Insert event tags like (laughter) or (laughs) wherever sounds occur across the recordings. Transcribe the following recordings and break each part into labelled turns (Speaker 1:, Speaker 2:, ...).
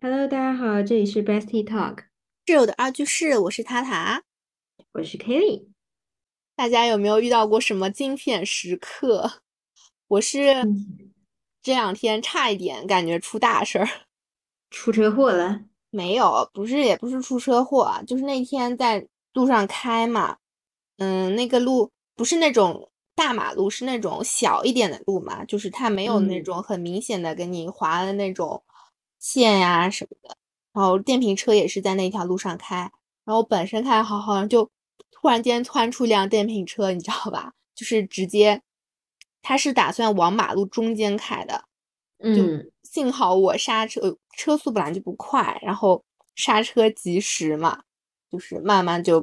Speaker 1: Hello，大家好，这里是 Bestie Talk，
Speaker 2: 室友的二居室，我是塔塔。
Speaker 1: 我是 Kelly。
Speaker 2: 大家有没有遇到过什么经典时刻？ (laughs) 我是
Speaker 1: 嗯，
Speaker 2: 这两天差一点感觉出大事儿，
Speaker 1: 出车祸了。
Speaker 2: 没有，不是也不是出车祸啊，就是那天在路上开嘛，嗯，那个路不是那种大马路，是那种小一点的路嘛，就是它没有那
Speaker 1: 嗯
Speaker 2: 种很明显的给你划的那种线呀、什么的。然后电瓶车也是在那条路上开，然后本身开得好好的，就突然间窜出一辆电瓶车，你知道吧？就是直接，它是打算往马路中间开的，就
Speaker 1: 嗯，
Speaker 2: 幸好我刹车呃车速本来就不快，然后刹车及时嘛，就是慢慢就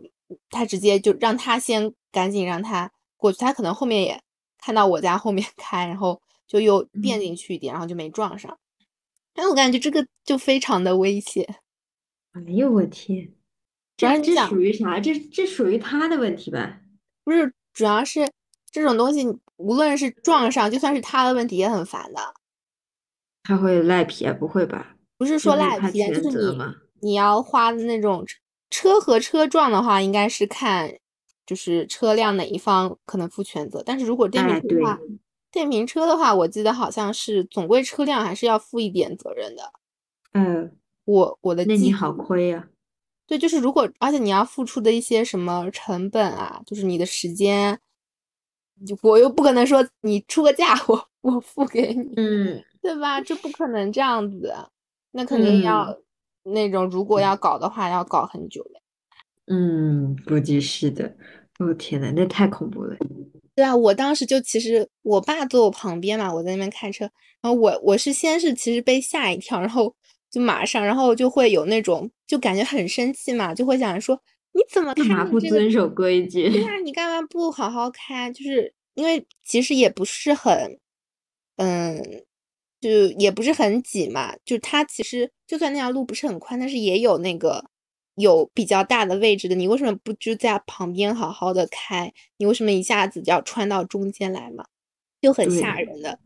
Speaker 2: 他直接就让他先赶紧让他过去，他可能后面也看到我家后面 (laughs) 开，然后就又变
Speaker 1: 嗯
Speaker 2: 进去一点，然后就没撞上。但我感觉这个就非常的危险，
Speaker 1: 哎呦我天，
Speaker 2: 主要
Speaker 1: 这
Speaker 2: 是你
Speaker 1: 这
Speaker 2: 想，
Speaker 1: 属于啥？这这属于他的问题吧？
Speaker 2: 不是主要是这种东西，无论是撞上，就算是他的问题也很烦的。
Speaker 1: 他会赖皮啊？不会吧？
Speaker 2: 不是
Speaker 1: 这
Speaker 2: 说
Speaker 1: 不是
Speaker 2: 赖
Speaker 1: 他
Speaker 2: 皮啊，就
Speaker 1: 全
Speaker 2: 是
Speaker 1: 责
Speaker 2: 你
Speaker 1: 吗？
Speaker 2: 你要花的那种车车和车撞的话，应该是看就是车辆哪一方可能负全责。但是如果电瓶
Speaker 1: 哎，
Speaker 2: 车的话，
Speaker 1: 对，
Speaker 2: 电瓶车的话，我记得好像是总归车辆还是要负一点责任的。
Speaker 1: 呃，
Speaker 2: 我我的
Speaker 1: 那
Speaker 2: 记
Speaker 1: 你
Speaker 2: 忆
Speaker 1: 好亏啊呀、
Speaker 2: 对，就是如果，而且你要付出的一些什么成本啊，就是你的时间，就我又不可能说你出个价，我我付给你，
Speaker 1: 嗯
Speaker 2: 对吧？这不可能这样子的，那肯定要
Speaker 1: 嗯
Speaker 2: 那种，如果要搞的话，要搞很久的。
Speaker 1: 嗯，估计是的。哦天呐，那太恐怖了。
Speaker 2: 对啊，我当时就其实我爸坐我旁边嘛，我在那边开车，然后我我是先是其实被吓一跳，然后就马上，然后就会有那种就感觉很生气嘛，就会想说你怎么
Speaker 1: 干
Speaker 2: 开
Speaker 1: 嘛
Speaker 2: 你
Speaker 1: 不
Speaker 2: 这个
Speaker 1: 遵守规
Speaker 2: 对
Speaker 1: 矩？
Speaker 2: 啊，你干嘛不好好开？就是因为其实也不是很，嗯，就也不是很挤嘛。就它其实就算那条路不是很宽，但是也有那个有比较大的位置的。你为什么不就在旁边好好的开？你为什么一下子就要穿到中间来嘛？就很吓
Speaker 1: 对。
Speaker 2: 人的，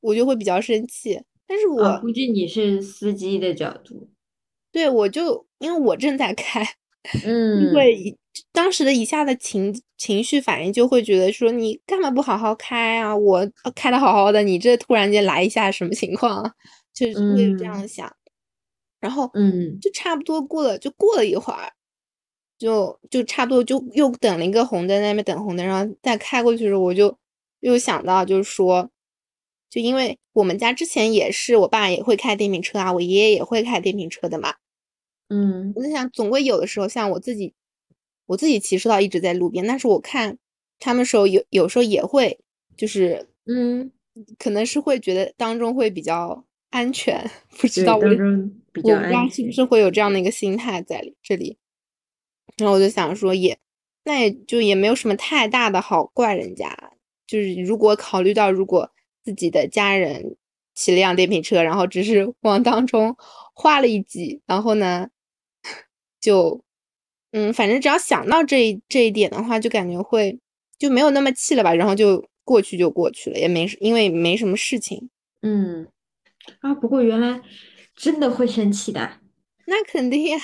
Speaker 2: 我就会比较生气。但是
Speaker 1: 啊，
Speaker 2: 我
Speaker 1: 估计你是司机的角度。
Speaker 2: 对我就因为我正在开，就
Speaker 1: 嗯，
Speaker 2: 会一当时的一下的情情绪反应就会觉得说你干嘛不好好开啊？我呃开的好好的，你这突然间来一下什么情况啊？就是会这样
Speaker 1: 嗯
Speaker 2: 想，然后
Speaker 1: 嗯
Speaker 2: 就差不多过了，就过了一会儿，就就差不多就又等了一个红灯，在那边等红灯，然后再开过去的时候，我就又想到就是说，就因为我们家之前也是我爸也会开电瓶车啊，我爷爷也会开电瓶车的嘛。
Speaker 1: 嗯
Speaker 2: 我在想，总归有的时候，像我自己，我自己骑车道一直在路边，但是我看他们时候有有时候也会，就是
Speaker 1: 嗯，
Speaker 2: 可能是会觉得当中会比较安全，不知
Speaker 1: 对，
Speaker 2: 道我
Speaker 1: 当中比较
Speaker 2: 我不知道
Speaker 1: 安
Speaker 2: 是不
Speaker 1: 全。
Speaker 2: 是会有这样的一个心态在里这里。然后我就想说也，那也就也没有什么太大的好怪人家，就是如果考虑到如果自己的家人骑了辆电瓶车，然后只是 (laughs) 往当中划了一记，然后呢，就嗯，反正只要想到这一这一点的话，就感觉会就没有那么气了吧，然后就过去就过去了，也没因为没什么事情，
Speaker 1: 嗯啊，不过原来真的会生气的，
Speaker 2: 那肯定呀，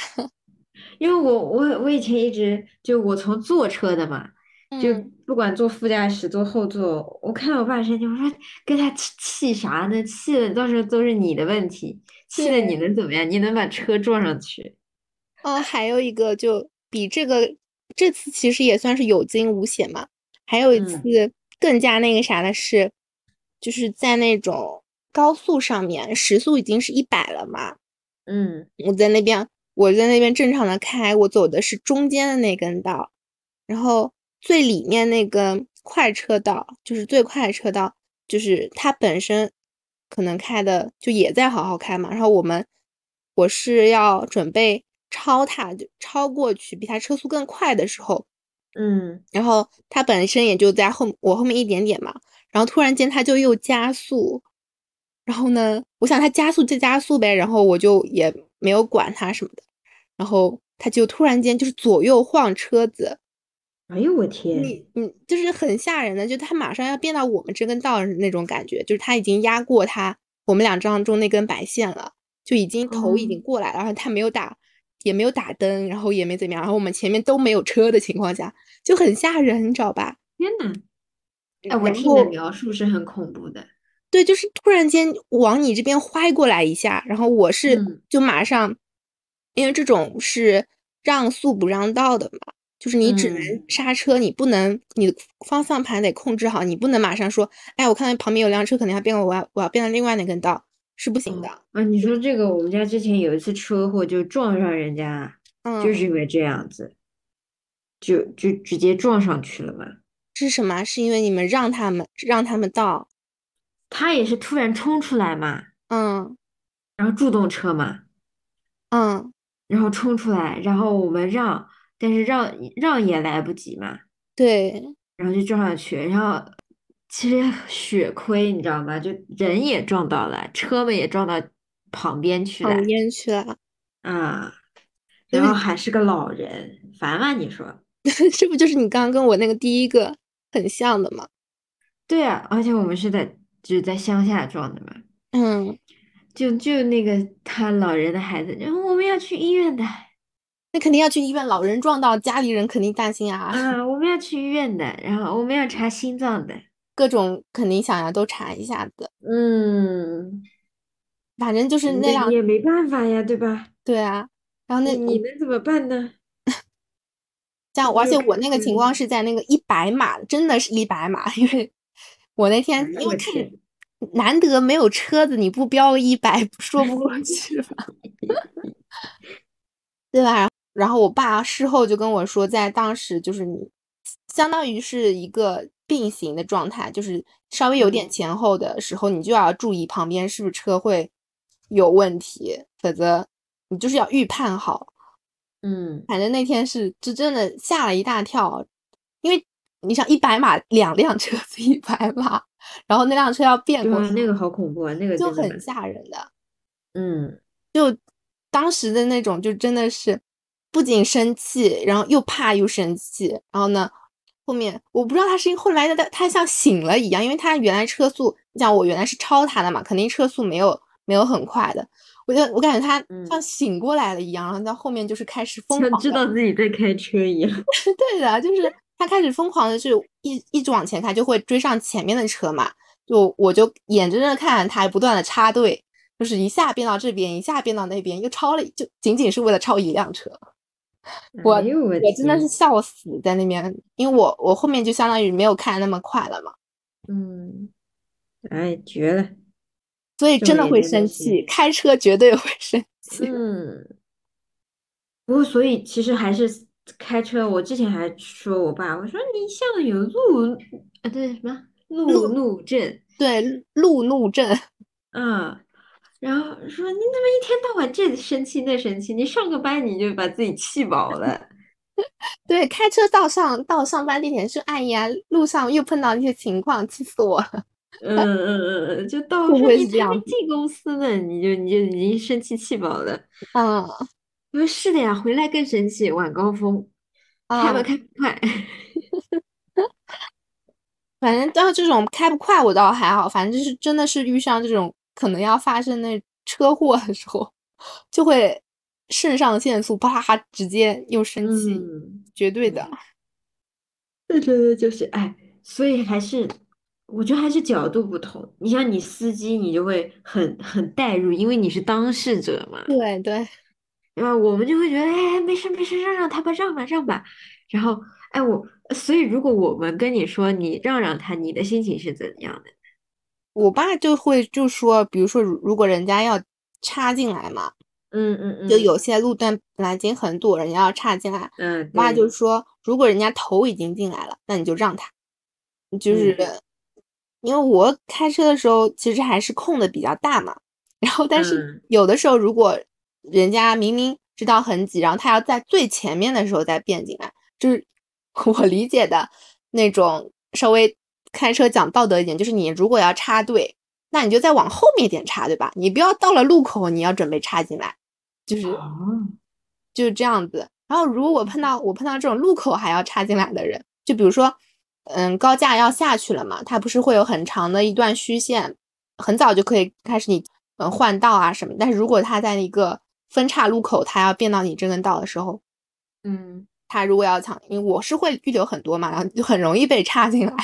Speaker 1: 因为我我我以前一直就我从坐车的嘛，就
Speaker 2: 嗯，
Speaker 1: 不管坐副驾驶坐后座，我看到我爸生气，我说跟他气气啥呢？气的到时候都是你的问题，气的你
Speaker 2: 对。
Speaker 1: 能怎么样？你能把车撞上去？
Speaker 2: 哦，还有一个就比这个这次其实也算是有惊无险嘛。还有一次
Speaker 1: 嗯
Speaker 2: 更加那个啥的是，就是在那种高速上面，时速已经是一百了嘛。
Speaker 1: 嗯
Speaker 2: 我在那边，我在那边正常的开，我走的是中间的那根道，然后最里面那个快车道，就是最快车道，就是它本身可能开的就也在好好开嘛，然后我们我是要准备超它，就超过去，比它车速更快的时候，
Speaker 1: 嗯，
Speaker 2: 然后它本身也就在后我后面一点点嘛，然后突然间它就又加速，然后呢，我想它加速就加速呗，然后我就也没有管它什么的，然后它就突然间就是左右晃车子，
Speaker 1: 哎呦我天！
Speaker 2: 你你就是很吓人的，就它马上要变到我们这根道儿那种感觉，就是它已经压过它我们俩当中那根白线了，就已经头已经过来了，然后他没有打，也没有打灯，然后也没怎么样，然后我们前面都没有车的情况下，就很吓人，你知道吧？
Speaker 1: 天呐，哎，我
Speaker 2: 然
Speaker 1: 听你的
Speaker 2: 后
Speaker 1: 描述是很恐怖的。
Speaker 2: 对，就是突然间往你这边歪过来一下，然后我是
Speaker 1: 嗯
Speaker 2: 就马上，因为这种是让速不让道的嘛，就是你只能
Speaker 1: 嗯
Speaker 2: 刹车，你不能你的方向盘得控制好，你不能马上说，哎，我看到旁边有辆车，可能要变我要我要变到另外那根道，是不行的。
Speaker 1: 啊，你说这个，我们家之前有一次车祸，就撞上人家，就
Speaker 2: 嗯，
Speaker 1: 是因为这样子，就就直接撞上去了嘛。
Speaker 2: 是什么？是因为你们让他们让他们到，
Speaker 1: 他也是突然冲出来嘛，
Speaker 2: 嗯
Speaker 1: 然后助动车嘛，
Speaker 2: 嗯，
Speaker 1: 然后冲出来，然后我们让，但是让让也来不及嘛，
Speaker 2: 对，
Speaker 1: 然后就撞上去，然后其实血亏，你知道吗？就人也撞到了，车们也撞到旁边去
Speaker 2: 旁
Speaker 1: 了
Speaker 2: 边去了，
Speaker 1: 啊，
Speaker 2: 就
Speaker 1: 然后
Speaker 2: 是
Speaker 1: 还是个老人，烦吗？你说？
Speaker 2: (laughs) 这不就是你刚刚跟我那个第一个很像的吗？
Speaker 1: 对啊，而且我们是在就是在乡下撞的嘛，
Speaker 2: 嗯。
Speaker 1: 就就那个他老人的孩子，然后我们要去医院的
Speaker 2: 那肯定要去医院，老人撞到家里人肯定担心啊，
Speaker 1: 啊， (laughs) 我们要去医院的，然后我们要查心脏的，
Speaker 2: (laughs) 各种肯定想要都查一下的。
Speaker 1: 嗯，
Speaker 2: 反正就是那
Speaker 1: 那
Speaker 2: 辆，
Speaker 1: 你嗯也没办法呀，对吧？
Speaker 2: 对啊，然后那
Speaker 1: 你你能怎么办呢？
Speaker 2: 像，
Speaker 1: 你
Speaker 2: 而
Speaker 1: 有
Speaker 2: 且
Speaker 1: 开
Speaker 2: 我那个情况
Speaker 1: 车？
Speaker 2: 是在那个一百码，真的是一百码，因为我那
Speaker 1: 哎
Speaker 2: 天
Speaker 1: 呦
Speaker 2: 因为
Speaker 1: 我
Speaker 2: 看
Speaker 1: 天！
Speaker 2: 难得没有车子，你不飙个一百 (laughs) 说
Speaker 1: (laughs)
Speaker 2: 不过去吧，对吧？然后我爸事后就跟我说，在当时就是你相当于是一个并行的状态，就是稍微有点
Speaker 1: 嗯，
Speaker 2: 前后的时候，你就要注意旁边是不是车会有问题，否则你就是要预判好。
Speaker 1: 嗯，
Speaker 2: 反正那天是就真的吓了一大跳，因为你想一百码两辆车子一百码，然后那辆车要变
Speaker 1: 对
Speaker 2: 过
Speaker 1: 啊，
Speaker 2: 去，
Speaker 1: 那个好恐怖啊，那个
Speaker 2: 就
Speaker 1: 真的
Speaker 2: 很
Speaker 1: 蛮……
Speaker 2: 吓人的。
Speaker 1: 嗯，
Speaker 2: 当时的那种就真的是不仅生气，然后又怕又生气，然后呢，后面我不知道他是后来他他像醒了一样，因为他原来车速，你想我原来是超他的嘛，肯定车速没有没有很快的，我就我感觉他像
Speaker 1: 嗯，
Speaker 2: 醒过来了一样，然后到后面就是开始疯
Speaker 1: 像
Speaker 2: 狂
Speaker 1: 知
Speaker 2: 的，
Speaker 1: 道自己在开车一样。
Speaker 2: (laughs) 对的，就是他开始疯狂的就一一直往前开，就会追上前面的车嘛，就我就眼睁睁地看着他不断的插队。就是一下变到这边，一下变到那边，又超了，就仅仅是为了超一辆车。我
Speaker 1: 哎呦我
Speaker 2: 我真的是
Speaker 1: 天！
Speaker 2: 笑死在那边，因为我我后面就相当于没有看那么快了嘛，
Speaker 1: 嗯，哎，绝了！
Speaker 2: 所以
Speaker 1: 这
Speaker 2: 真
Speaker 1: 种
Speaker 2: 的
Speaker 1: 也
Speaker 2: 会
Speaker 1: 真的
Speaker 2: 生气，
Speaker 1: 是，
Speaker 2: 开车绝对会生气。
Speaker 1: 嗯，不过所以其实还是开车。我之前还说我爸，我说你像有路啊，对什么路
Speaker 2: 路
Speaker 1: 怒症
Speaker 2: 对路怒症，
Speaker 1: 啊，然后说你怎么一天到晚这生气那生气，你上个班你就把自己气饱了。
Speaker 2: 对开车到上到上班地点是哎呀，路上又碰到一些情况，气死我了，
Speaker 1: 嗯嗯嗯，嗯，就到
Speaker 2: 会
Speaker 1: 我
Speaker 2: 不
Speaker 1: 说
Speaker 2: 会
Speaker 1: 你
Speaker 2: 是
Speaker 1: 才
Speaker 2: 这
Speaker 1: 没
Speaker 2: 样子？
Speaker 1: 进公司呢，你就你就已经生气气饱了。
Speaker 2: 嗯
Speaker 1: 我说是的呀，回来更生气，晚高峰，开吧
Speaker 2: 啊，
Speaker 1: 开不快。
Speaker 2: 反正到这种开不快我倒还好，反正就是真的是遇上这种可能要发生那车祸的时候，就会肾上腺素啪直接又生
Speaker 1: (laughs)
Speaker 2: 气，
Speaker 1: 嗯，
Speaker 2: 绝对的。
Speaker 1: 对对对，就是哎，所以还是我觉得还是角度不同。你像你司机，你就会很很代入，因为你是当事者嘛，
Speaker 2: 对对，
Speaker 1: 然后我们就会觉得哎，没事没事，让让他吧，让吧让吧。然后哎，我所以如果我们跟你说你让让他，你的心情是怎样的？
Speaker 2: 我爸就会就说，比如说如如果人家要插进来嘛，
Speaker 1: 嗯嗯
Speaker 2: 就有
Speaker 1: 嗯
Speaker 2: 些路段本来已经很堵，人家要插进来，
Speaker 1: 嗯，
Speaker 2: 我爸就
Speaker 1: 对，
Speaker 2: 说，如果人家头已经进来了，那你就让他，就
Speaker 1: 嗯。
Speaker 2: 是因为我开车的时候其实还是空的比较大嘛，然后但是
Speaker 1: 嗯
Speaker 2: 有的时候如果人家明明知道很挤，然后他要在最前面的时候再变进来，就是 (laughs) 我理解的那种稍微开车讲道德一点，就是你如果要插队，那你就再往后面一点插，对吧？你不要到了路口你要准备插进来，就是
Speaker 1: 哦，
Speaker 2: 就是这样子。然后如果我碰到我碰到这种路口还要插进来的人，就比如说，嗯，高架要下去了嘛，它不是会有很长的一段虚线，很早就可以开始你。呃换道啊什么。但是如果他在一个分岔路口，他要变到你这根道的时候，
Speaker 1: 嗯
Speaker 2: 他如果要抢，因为我是会预留很多嘛，然后就很容易被插进来。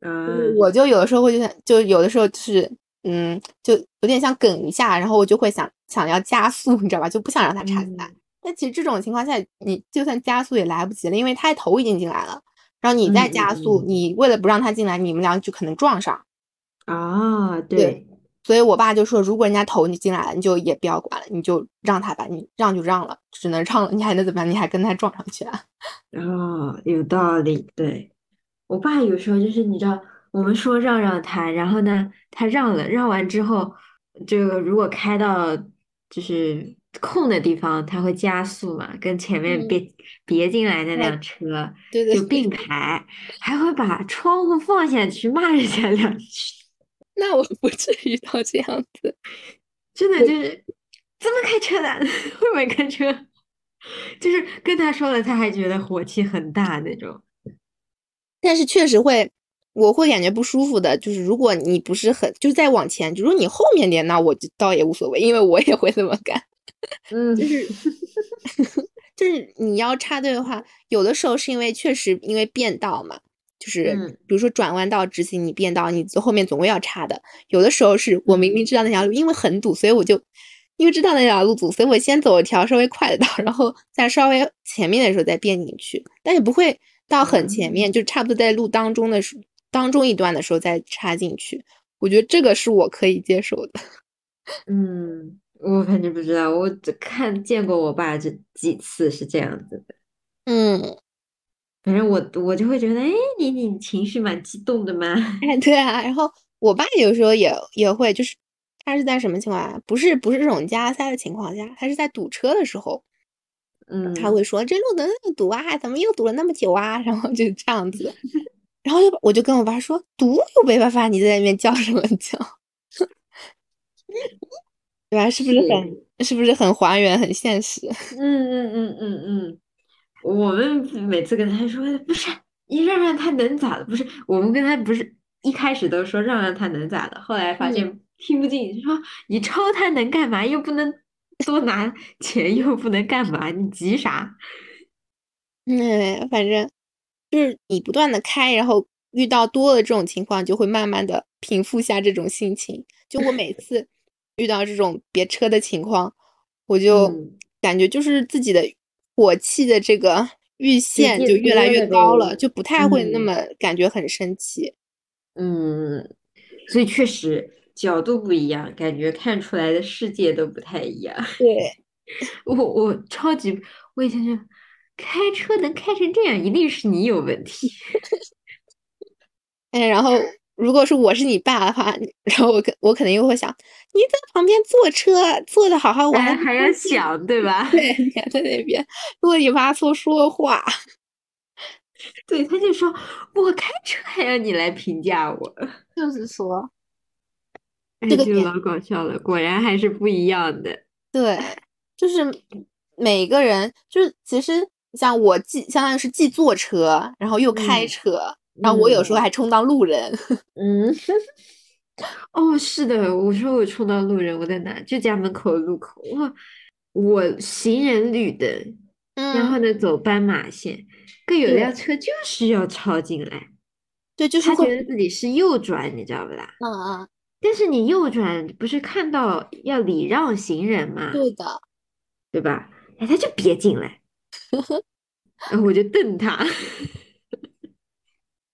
Speaker 1: 嗯
Speaker 2: 我就有的时候会就想，就有的时候就是，嗯，就有点想梗一下，然后我就会想想要加速，你知道吧？就不想让他
Speaker 1: 嗯
Speaker 2: 插进来。但其实这种情况下，你就算加速也来不及了，因为他头已经进来了，然后你再
Speaker 1: 嗯嗯
Speaker 2: 加速，
Speaker 1: 嗯
Speaker 2: 你为了不让他进来，你们俩就可能撞上。
Speaker 1: 啊，对，
Speaker 2: 所以我爸就说，如果人家投你进来了，你就也不要管了，你就让他吧，你让就让了，只能让了，你还能怎么办？你还跟他撞上去啊？ (laughs)
Speaker 1: 哦，有道理，对。我爸有时候就是你知道，我们说让让他，然后呢，他让了，让完之后，这个如果开到就是空的地方，他会加速嘛，跟前面
Speaker 2: 嗯
Speaker 1: 别、别进来那
Speaker 2: 那
Speaker 1: 辆车
Speaker 2: 对对
Speaker 1: 就并排，还会把窗户放下去骂人家两句，
Speaker 2: 那我不至于到这样子。
Speaker 1: 真的就是怎么开车的， (laughs) 会不会开车？ (laughs) 就是跟他说了，他还觉得火气很大那种。
Speaker 2: 但是确实会，我会感觉不舒服的。就是如果你不是很，就是再往前，就如果你后面点，那我就倒也无所谓，因为我也会这么干。
Speaker 1: 嗯，
Speaker 2: 就是你要插队的话，有的时候是因为确实因为变道嘛，就是
Speaker 1: 嗯
Speaker 2: 比如说转弯道直行，你变道，你后面总归要插的。有的时候是我明明知道那条路因为很堵，所以我就因为知道那条路堵，所以我先走一条稍微快的道，然后在稍微前面的时候再变进去，但也不会到很前面，就差不多在路当中的时当中一段的时候再插进去。我觉得这个是我可以接受的。
Speaker 1: 嗯，我反正不知道，我只看见过我爸这几次是这样子的。
Speaker 2: 嗯，
Speaker 1: 反正我我就会觉得，哎，你你情绪蛮激动的嘛。
Speaker 2: 哎， (laughs) 对啊，然后我爸有时候也也会，就是他是在什么情况啊下？不是不是这种加塞的情况下，他是在堵车的时候，
Speaker 1: 嗯，
Speaker 2: 他会说：“这路怎么那么堵啊？怎么又堵了那么久啊？” (laughs) 然后就这样子，然后就我就跟我爸说：“堵又没办法，你在那边叫什么叫？” (laughs) 对吧？是不是很是不是很还原很现实？
Speaker 1: 嗯嗯嗯嗯嗯，我们每次跟他说，不是你让让他能咋的？不是我们跟他不是一开始都说让让他能咋的，后来发
Speaker 2: 嗯
Speaker 1: 现听不进，说你抽他能干嘛？又不能多拿钱，又不能干嘛？你急啥？
Speaker 2: 嗯，反正就是你不断的开，然后遇到多了这种情况，就会慢慢的平复下这种心情。就我
Speaker 1: (laughs)
Speaker 2: 每次遇到这种别车的情况，我就
Speaker 1: 嗯
Speaker 2: 感觉就是自己的火气的这个阈限
Speaker 1: 界
Speaker 2: 就越来
Speaker 1: 多
Speaker 2: 越
Speaker 1: 了
Speaker 2: 高了，
Speaker 1: 呗
Speaker 2: 就不太会那
Speaker 1: 嗯
Speaker 2: 么感觉很生气。
Speaker 1: 嗯，所以确实角度不一样，感觉看出来的世界都不太一样。 (laughs)
Speaker 2: 对，
Speaker 1: 我我超级，我以前就开车能开成这样，一定是你有问
Speaker 2: (laughs)
Speaker 1: 题。
Speaker 2: 嗯，然后如果是我是你爸的话， (laughs) 然后我可我可能又会想，你在旁边坐车坐的好好
Speaker 1: 还
Speaker 2: 玩，
Speaker 1: 还要想，对吧？
Speaker 2: 对，你还在那
Speaker 1: (laughs)
Speaker 2: 边啰里吧嗦说话。
Speaker 1: 对，他就说我开车还要你来评价我，
Speaker 2: 就是说，
Speaker 1: 哎，
Speaker 2: 这个
Speaker 1: 就
Speaker 2: 点
Speaker 1: 老搞笑了，果然还是不一样的。
Speaker 2: 对，就是每个人，就是其实像我既相当于是既坐车，然后又开
Speaker 1: 嗯
Speaker 2: 车，然后我有时候
Speaker 1: 嗯
Speaker 2: 还充当路人。
Speaker 1: 嗯，哦，是的，我说我冲到路人，我在哪？就家门口路口，哇，我行人绿灯，然后
Speaker 2: 嗯，
Speaker 1: 呢走斑马线，可有
Speaker 2: 对
Speaker 1: 辆车就是要超进来，
Speaker 2: 对，就是
Speaker 1: 他
Speaker 2: 会，
Speaker 1: 觉得自己是右转，你知道不啦？
Speaker 2: 嗯嗯，
Speaker 1: 但是你右转不是看到要礼让行人嘛，
Speaker 2: 对的，
Speaker 1: 对吧？哎，他就别进
Speaker 2: (laughs)
Speaker 1: 来，然后我就瞪他。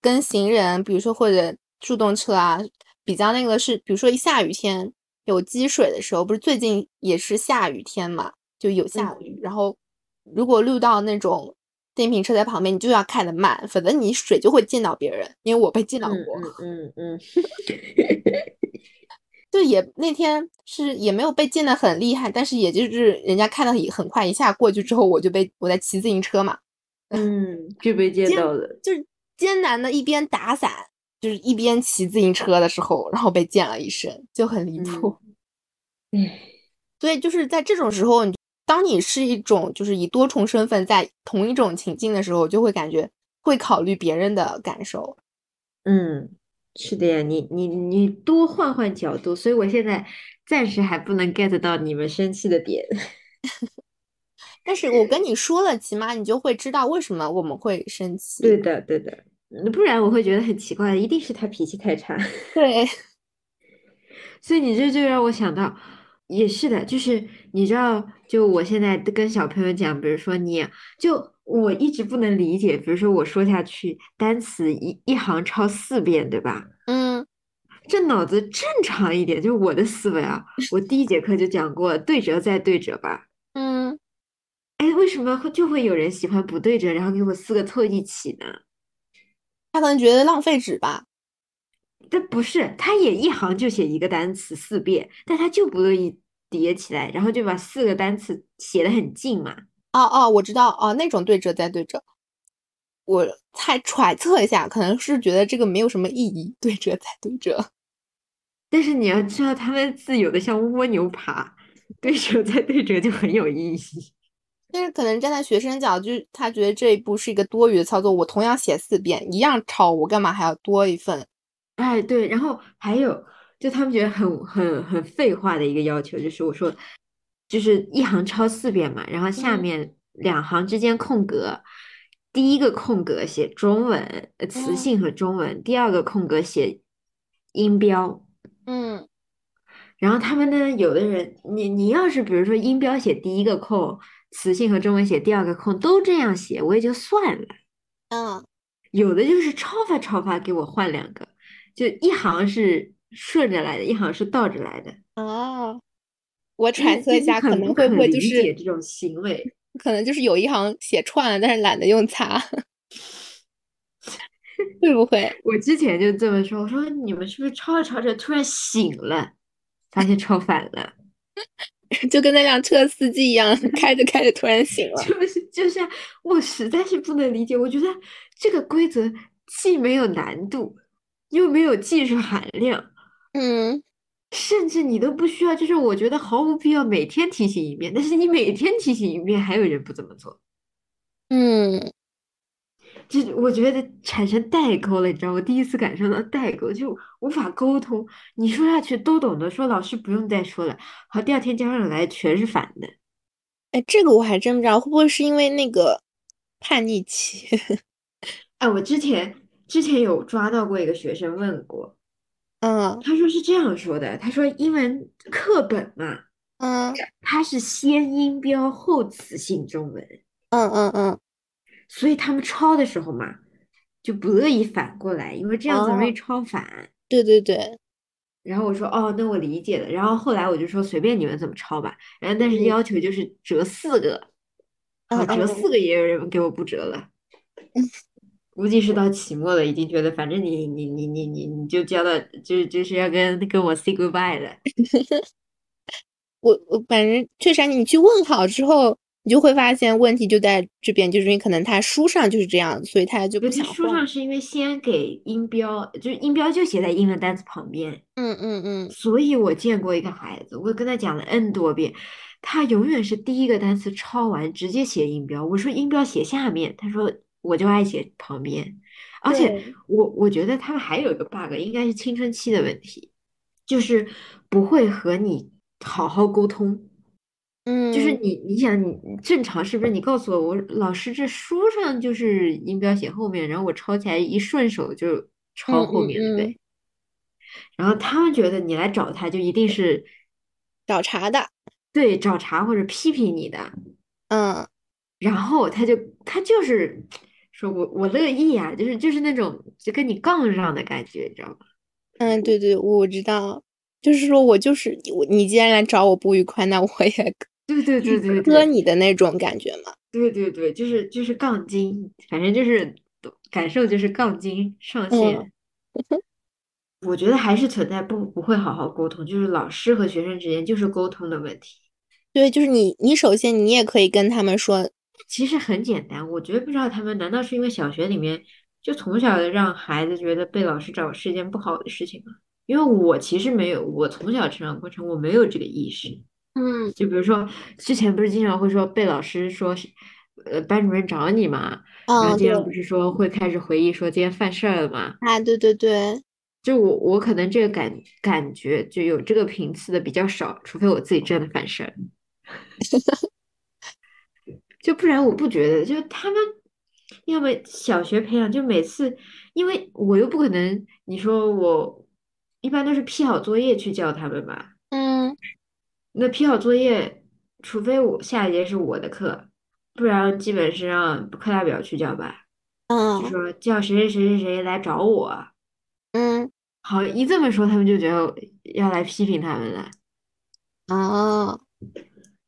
Speaker 2: 跟行人，比如说或者助动车啊，比较那个是，比如说一下雨天有积水的时候，不是最近也是下雨天嘛，就有
Speaker 1: 嗯
Speaker 2: 下雨，然后如果路到那种。电瓶车在旁边，你就要开得慢，否则你水就会溅到别人。因为我被溅到过，
Speaker 1: 嗯嗯嗯
Speaker 2: 就也那天是也没有被溅得很厉害，但是也就是人家看到也很快一下过去之后，我就被我在骑自行车嘛，
Speaker 1: 嗯，就被见
Speaker 2: 见
Speaker 1: 到了。
Speaker 2: 就是艰难的一边打伞，就是一边骑自行车的时候，然后被溅了一身，就很
Speaker 1: 嗯
Speaker 2: 离谱。
Speaker 1: 哎，
Speaker 2: 所以就是在这种时候，你当你是一种就是以多重身份在同一种情境的时候，就会感觉会考虑别人的感受。
Speaker 1: 嗯，是的呀，你你你多换换角度，所以我现在暂时还不能 get 到你们生气的点。
Speaker 2: 但是我跟你说了，起码你就会知道为什么我们会生气。
Speaker 1: 对的，对的，嗯不然我会觉得很奇怪，一定是他脾气太差。 (laughs)
Speaker 2: 对，
Speaker 1: 所以你这就让我想到，也是的，就是你知道，就我现在跟小朋友讲，比如说你，就我一直不能理解，比如说我说下去单词一一行抄四遍，对吧？
Speaker 2: 嗯
Speaker 1: 这脑子正常一点，就是我的思维 (laughs) 啊。我第一节课就讲过，对折再对折吧。
Speaker 2: 嗯，
Speaker 1: 哎，为什么会就会有人喜欢不对折，然后给我四个凑一起呢？
Speaker 2: 他可能觉得浪费纸吧。
Speaker 1: 但不是，他也一行就写一个单词四遍，但他就不乐意叠起来，然后就把四个单词写得很近嘛。
Speaker 2: 哦哦，我知道哦，那种对折再对折，我猜揣测一下，可能是觉得这个没有什么意义，对折再对折。
Speaker 1: 但是你要知道，他们字有的像蜗牛爬，对折再对折就很有意义。
Speaker 2: 但是可能站在学生角，就是他觉得这一步是一个多余的操作，我同样写四遍，一样抄，我干嘛还要多一份？
Speaker 1: 哎，对，然后还有，就他们觉得很很很废话的一个要求，就是我说，就是一行抄四遍嘛，然后下
Speaker 2: 嗯
Speaker 1: 面两行之间空格，第一个空格写中文，呃词
Speaker 2: 嗯
Speaker 1: 性和中文，第二个空格写音标。
Speaker 2: 嗯
Speaker 1: 然后他们呢，有的人，你你要是比如说音标写第一个空，词性和中文写第二个空，都这样写，我也就算了。
Speaker 2: 嗯
Speaker 1: 有的就是抄吧抄吧，给我换两个，就一行是顺着来的，一行是倒着来的。
Speaker 2: 啊，我
Speaker 1: 就
Speaker 2: 揣
Speaker 1: 是
Speaker 2: 测一
Speaker 1: 就
Speaker 2: 下，
Speaker 1: 是
Speaker 2: 可
Speaker 1: 很
Speaker 2: 能
Speaker 1: 不
Speaker 2: 会不
Speaker 1: 可
Speaker 2: 会就
Speaker 1: 理解
Speaker 2: 是
Speaker 1: 这种行为，
Speaker 2: 可能就是有一行写串了，但是懒得用擦， (laughs) 会不会？ (laughs)
Speaker 1: 我之前就这么说，我说你们是不是抄着抄着突然醒了，发现抄反了，
Speaker 2: 就跟那辆车司机一样，开着开着突然醒
Speaker 1: (laughs)
Speaker 2: 了。
Speaker 1: 就是就是啊，我实在是不能理解，我觉得这个规则既没有难度，又没有技术含量，
Speaker 2: 嗯，
Speaker 1: 甚至你都不需要，就是我觉得毫无必要每天提醒一遍，但是你每天提醒一遍，还有人不这么做。
Speaker 2: 嗯，
Speaker 1: 就是我觉得产生代沟了，你知道，我第一次感受到代沟，就无法沟通。你说下去都懂得说，老师不用再说了。好，第二天家长来全是反的，
Speaker 2: 哎，这个我还真不知道，会不会是因为那个叛逆期？ (laughs)
Speaker 1: 哎，我之前之前有抓到过一个学生问过，
Speaker 2: 嗯
Speaker 1: 他说是这样说的，他说英文课本嘛，
Speaker 2: 嗯
Speaker 1: 它是先音标后词性中文，
Speaker 2: 嗯嗯嗯，
Speaker 1: 所以他们抄的时候嘛，就不乐意反过来，因为这样子容易
Speaker 2: 哦
Speaker 1: 抄反。
Speaker 2: 对对对，
Speaker 1: 然后我说哦，那我理解了。然后后来我就说随便你们怎么抄吧。然后但是
Speaker 2: 嗯
Speaker 1: 要求就是折四个，
Speaker 2: 嗯
Speaker 1: 好折
Speaker 2: 嗯
Speaker 1: 四个也有人给我不折了。 (laughs) 估计是到期末了，已经觉得反正你你你你你你就交到就就是要跟跟我 say goodbye 了。
Speaker 2: 我我反正确实啊，你去问好之后，你就会发现问题就在这边，就是因为可能他书上就是这样，所以他就
Speaker 1: 对，
Speaker 2: 不
Speaker 1: 他
Speaker 2: 想
Speaker 1: 书
Speaker 2: 换。
Speaker 1: 上是因为先给音标，就是音标就写在英文单词旁边，
Speaker 2: 嗯嗯嗯，
Speaker 1: 所以我见过一个孩子，我跟他讲了 n 多遍，他永远是第一个单词抄完直接写音标。我说音标写下面，他说我就爱写旁边。而且
Speaker 2: 对，
Speaker 1: 我我觉得他们还有一个 bug，应该是青春期的问题，就是不会和你好好沟通。就是
Speaker 2: 嗯
Speaker 1: 你你想你正常是不是？你告诉我，我老师这书上就是音标写后面，然后我抄起来一顺手就
Speaker 2: 嗯
Speaker 1: 抄后
Speaker 2: 嗯
Speaker 1: 面了呗。
Speaker 2: 嗯，
Speaker 1: 然后他们觉得你来找他就一定是
Speaker 2: 找茬的，
Speaker 1: 对找茬或者批评你的，
Speaker 2: 嗯
Speaker 1: 然后他就他就是说我我乐意啊，就是就是那种就跟你杠上的感觉，你知道吗？
Speaker 2: 嗯，对对，我知道，就是说我就是我，你既然来找我不愉快，那我也
Speaker 1: 对 (laughs) 对对对
Speaker 2: 磕
Speaker 1: 对
Speaker 2: 你的那种感觉嘛。
Speaker 1: 对对对，就是就是杠精，反正就是感受就是杠精上
Speaker 2: 嗯
Speaker 1: 线。我觉得还是存在不不会好好沟通，就是老师和学生之间就是沟通的问题。
Speaker 2: 对，就是你，你首先你也可以跟他们说，
Speaker 1: 其实很简单，我觉得不知道他们难道是因为小学里面就从小让孩子觉得被老师找是一件不好的事情吗？因为我其实没有，我从小成长过程我没有这个意识。
Speaker 2: 嗯
Speaker 1: 就比如说之前不是经常会说被老师说是，呃，班主任找你嘛，然后
Speaker 2: 嗯，
Speaker 1: 经
Speaker 2: 对
Speaker 1: 常不是说会开始回忆说今天犯事儿了嘛，
Speaker 2: 啊，对对对，
Speaker 1: 就我我可能这个感感觉就有这个频次的比较少，除非我自己真的翻身，就不然我不觉得，就他们要么小学培养，就每次，因为我又不可能，你说我一般都是批好作业去教他们吧，
Speaker 2: 嗯，
Speaker 1: 那批好作业，除非我下一节是我的课，不然基本是让课代表去教吧，就
Speaker 2: 嗯
Speaker 1: 说叫谁谁谁谁谁来找我。
Speaker 2: 嗯
Speaker 1: 好，一这么说，他们就觉得要来批评他们了。
Speaker 2: 哦，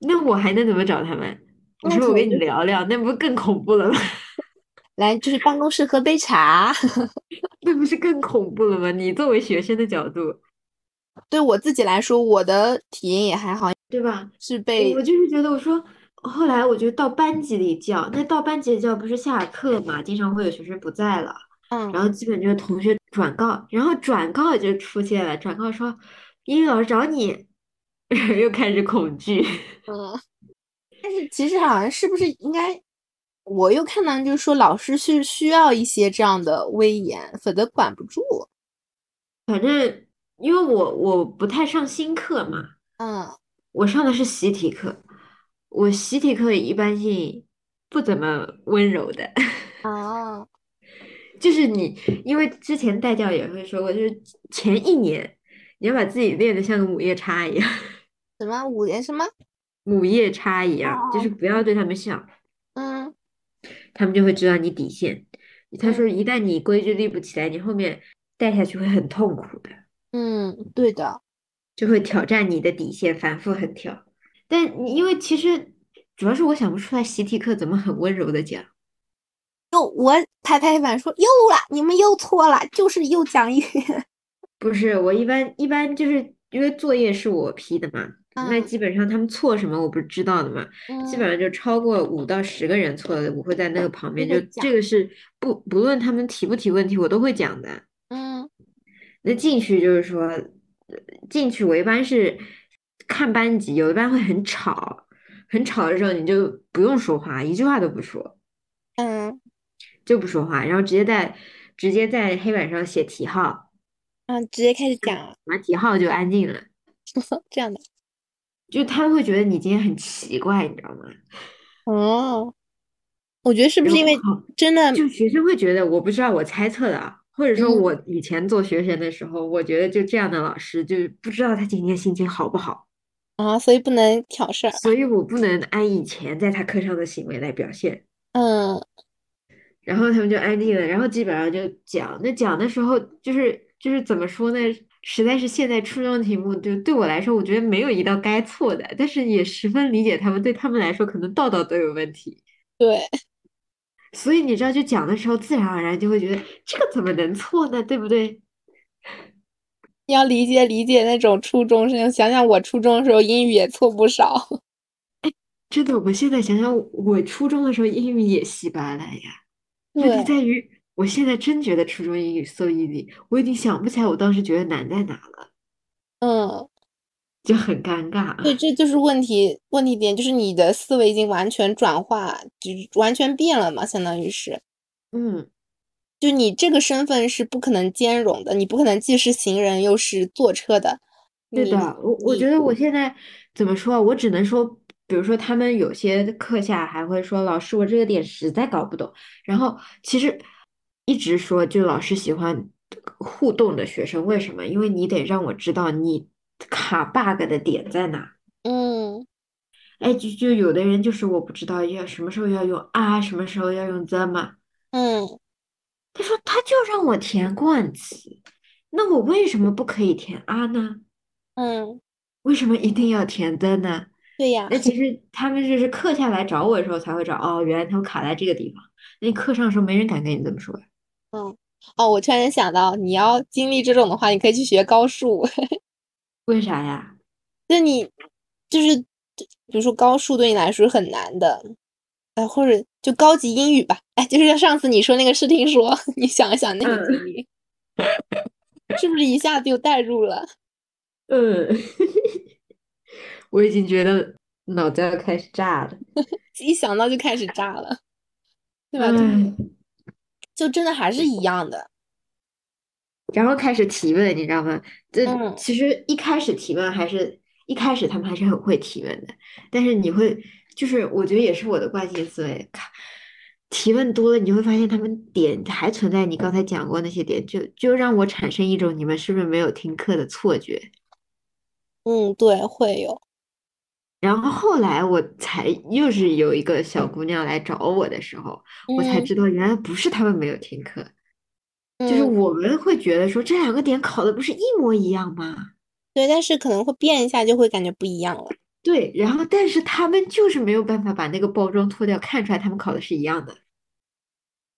Speaker 1: 那我还能怎么找他们？我
Speaker 2: 那
Speaker 1: 说
Speaker 2: 可
Speaker 1: 我
Speaker 2: 能
Speaker 1: 跟你
Speaker 2: 就是
Speaker 1: 聊聊，那不更恐怖了吗？ (laughs)
Speaker 2: 来就是办公室喝杯茶。 (laughs)
Speaker 1: 那不是更恐怖了吗？你作为学生的角度，
Speaker 2: 对我自己来说，我的体验也还好，
Speaker 1: 对吧？
Speaker 2: 是
Speaker 1: 我
Speaker 2: 被
Speaker 1: 我就是觉得，我说后来我就到班级里叫，那到班级里叫不是下课嘛，经常会有学生不在了，然
Speaker 2: 嗯
Speaker 1: 后基本就是同学转告，然后转告就出现了，转告说英语老师找你， (laughs) 又开始恐惧。
Speaker 2: 嗯，但是其实好像是不是应该，我又看到就是说老师是需要一些这样的威严，否则管不住。
Speaker 1: 反正因为我我不太上新课嘛。
Speaker 2: 嗯
Speaker 1: 我上的是习题课，我习题课一般性不怎么温柔的， (laughs)
Speaker 2: 哦，
Speaker 1: 就是你，因为之前带教也会说过，就是前一年你要把自己练得像个母夜叉一样，
Speaker 2: 什么五年什么？
Speaker 1: 母夜叉一
Speaker 2: 哦
Speaker 1: 样，就是
Speaker 2: 哦，
Speaker 1: 不要对他们笑，
Speaker 2: 嗯
Speaker 1: 他们就会知道你底线。他
Speaker 2: 嗯
Speaker 1: 说，一旦你规矩立不起来，你后面带下去会很痛苦的，
Speaker 2: 嗯，对的，
Speaker 1: 就会挑战你的底线，反复横跳。但你因为其实主要是我想不出来习题课怎么很温柔的讲。
Speaker 2: 又我拍拍板说又啦，你们又错了，就是又讲英语。
Speaker 1: 不是，我一般一般就是因为作业是我批的嘛，那
Speaker 2: 嗯
Speaker 1: 基本上他们错什么我不是知道的嘛，基本
Speaker 2: 嗯，
Speaker 1: 上就超过五到十个人错了，我会嗯在那个旁
Speaker 2: 就
Speaker 1: 边，就
Speaker 2: 会
Speaker 1: 这
Speaker 2: 讲，
Speaker 1: 个是不不论他们提不提问题，我都会讲的。
Speaker 2: 嗯
Speaker 1: 那进去就是说，呃进去我一般是看班级，有一班会很吵，很吵的时候你就不用说话，一句话都不说，
Speaker 2: 嗯
Speaker 1: 就不说话，然后直接在直接在黑板上写题号，
Speaker 2: 嗯，直接开始讲了， (laughs)
Speaker 1: 完题号就安静了。
Speaker 2: 这样的。
Speaker 1: 就他们会觉得你今天很奇怪，你知道吗？
Speaker 2: 哦，我觉得是不
Speaker 1: 然
Speaker 2: 是
Speaker 1: 后
Speaker 2: 因为
Speaker 1: 好，
Speaker 2: 真的，
Speaker 1: 就学生会觉得我不知道，我猜测的啊，或者说
Speaker 2: 嗯
Speaker 1: 我以前做学生的时候，我觉得就这样的老师，就是不知道他今天心情好不好，
Speaker 2: 啊，所以不能挑事儿。
Speaker 1: 所以我不能按以前在他课上的行为来表现。
Speaker 2: 嗯
Speaker 1: 然后他们就安静了，然后基本上就讲。那讲的时候，就是就是怎么说呢？实在是现在初中题目，就对我来说，我觉得没有一道该错的，但是也十分理解他们，对他们来说，可能道道都有问题。
Speaker 2: 对，
Speaker 1: 所以你知道，就讲的时候，自然而然就会觉得这个怎么能错呢？对不对？
Speaker 2: 要理解理解那种初中生。想想我初中的时候，英语也错不少。
Speaker 1: 真的，我现在想想，我初中的时候英语也稀巴烂呀。问题
Speaker 2: 对，
Speaker 1: 在于，我现在真觉得初中英语 so easy，我已经想不起来我当时觉得难在哪了，
Speaker 2: 嗯，
Speaker 1: 就很尴尬。
Speaker 2: 对，这就是问题，问题点就是你的思维已经完全转化，就是完全变了嘛，相当于是。
Speaker 1: 嗯，
Speaker 2: 就你这个身份是不可能兼容的，你不可能既是行人又是坐车的，
Speaker 1: 对的，
Speaker 2: 你
Speaker 1: 我我觉
Speaker 2: 你
Speaker 1: 得我现在怎么说啊？我只能说，比如说他们有些课下还会说，老师，我这个点实在搞不懂。然后其实一直说，就老师喜欢互动的学生，为什么？因为你得让我知道你卡 bug 的点在哪。
Speaker 2: 嗯
Speaker 1: 哎，就就有的人就是我不知道要什么时候要用啊，什么时候要用 the 嘛。
Speaker 2: 嗯
Speaker 1: 他说他就让我填冠词，那我为什么不可以填啊呢？
Speaker 2: 嗯，
Speaker 1: 为什么一定要填 the 呢？
Speaker 2: 对呀，
Speaker 1: 那其实他们就是课下来找我的时候才会找，哦，原来他们卡在这个地方。那你课上的时候没人敢跟你这么说呀。
Speaker 2: 嗯哦，我突然想到，你要经历这种的话，你可以去学高数。
Speaker 1: 为啥呀？
Speaker 2: 那你就是，就比如说高数对你来说是很难的，呃，或者就高级英语吧。哎，就是上次你说那个视听说， (laughs) 你想一想那个经
Speaker 1: 嗯
Speaker 2: 历，是不是一下子就带入了？
Speaker 1: 嗯， (laughs) 我已经觉得脑子要开始炸了。
Speaker 2: 一想到就开始炸了，对吧？就啊
Speaker 1: 嗯唉，
Speaker 2: 就真的还是一样的。
Speaker 1: 然后开始提问，你知道吗？这
Speaker 2: 嗯
Speaker 1: 其实一开始提问还是一开始他们还是很会提问的，但是你会就是我觉得也是我的惯性思维，看提问多了，你会发现他们点还存在你刚才讲过那些点，就就让我产生一种你们是不是没有听课的错觉。
Speaker 2: 嗯，对，会有，
Speaker 1: 然后后来我才又是有一个小姑娘来找我的时候，我才
Speaker 2: 嗯
Speaker 1: 知道原来不是他们没有听课，就是
Speaker 2: 嗯
Speaker 1: 我们会觉得说这两个点考的不是一模一样吗？
Speaker 2: 对，但是可能会变一下，就会感觉不一样了。
Speaker 1: 对，然后但是他们就是没有办法把那个包装脱掉，看出来他们考的是一样的。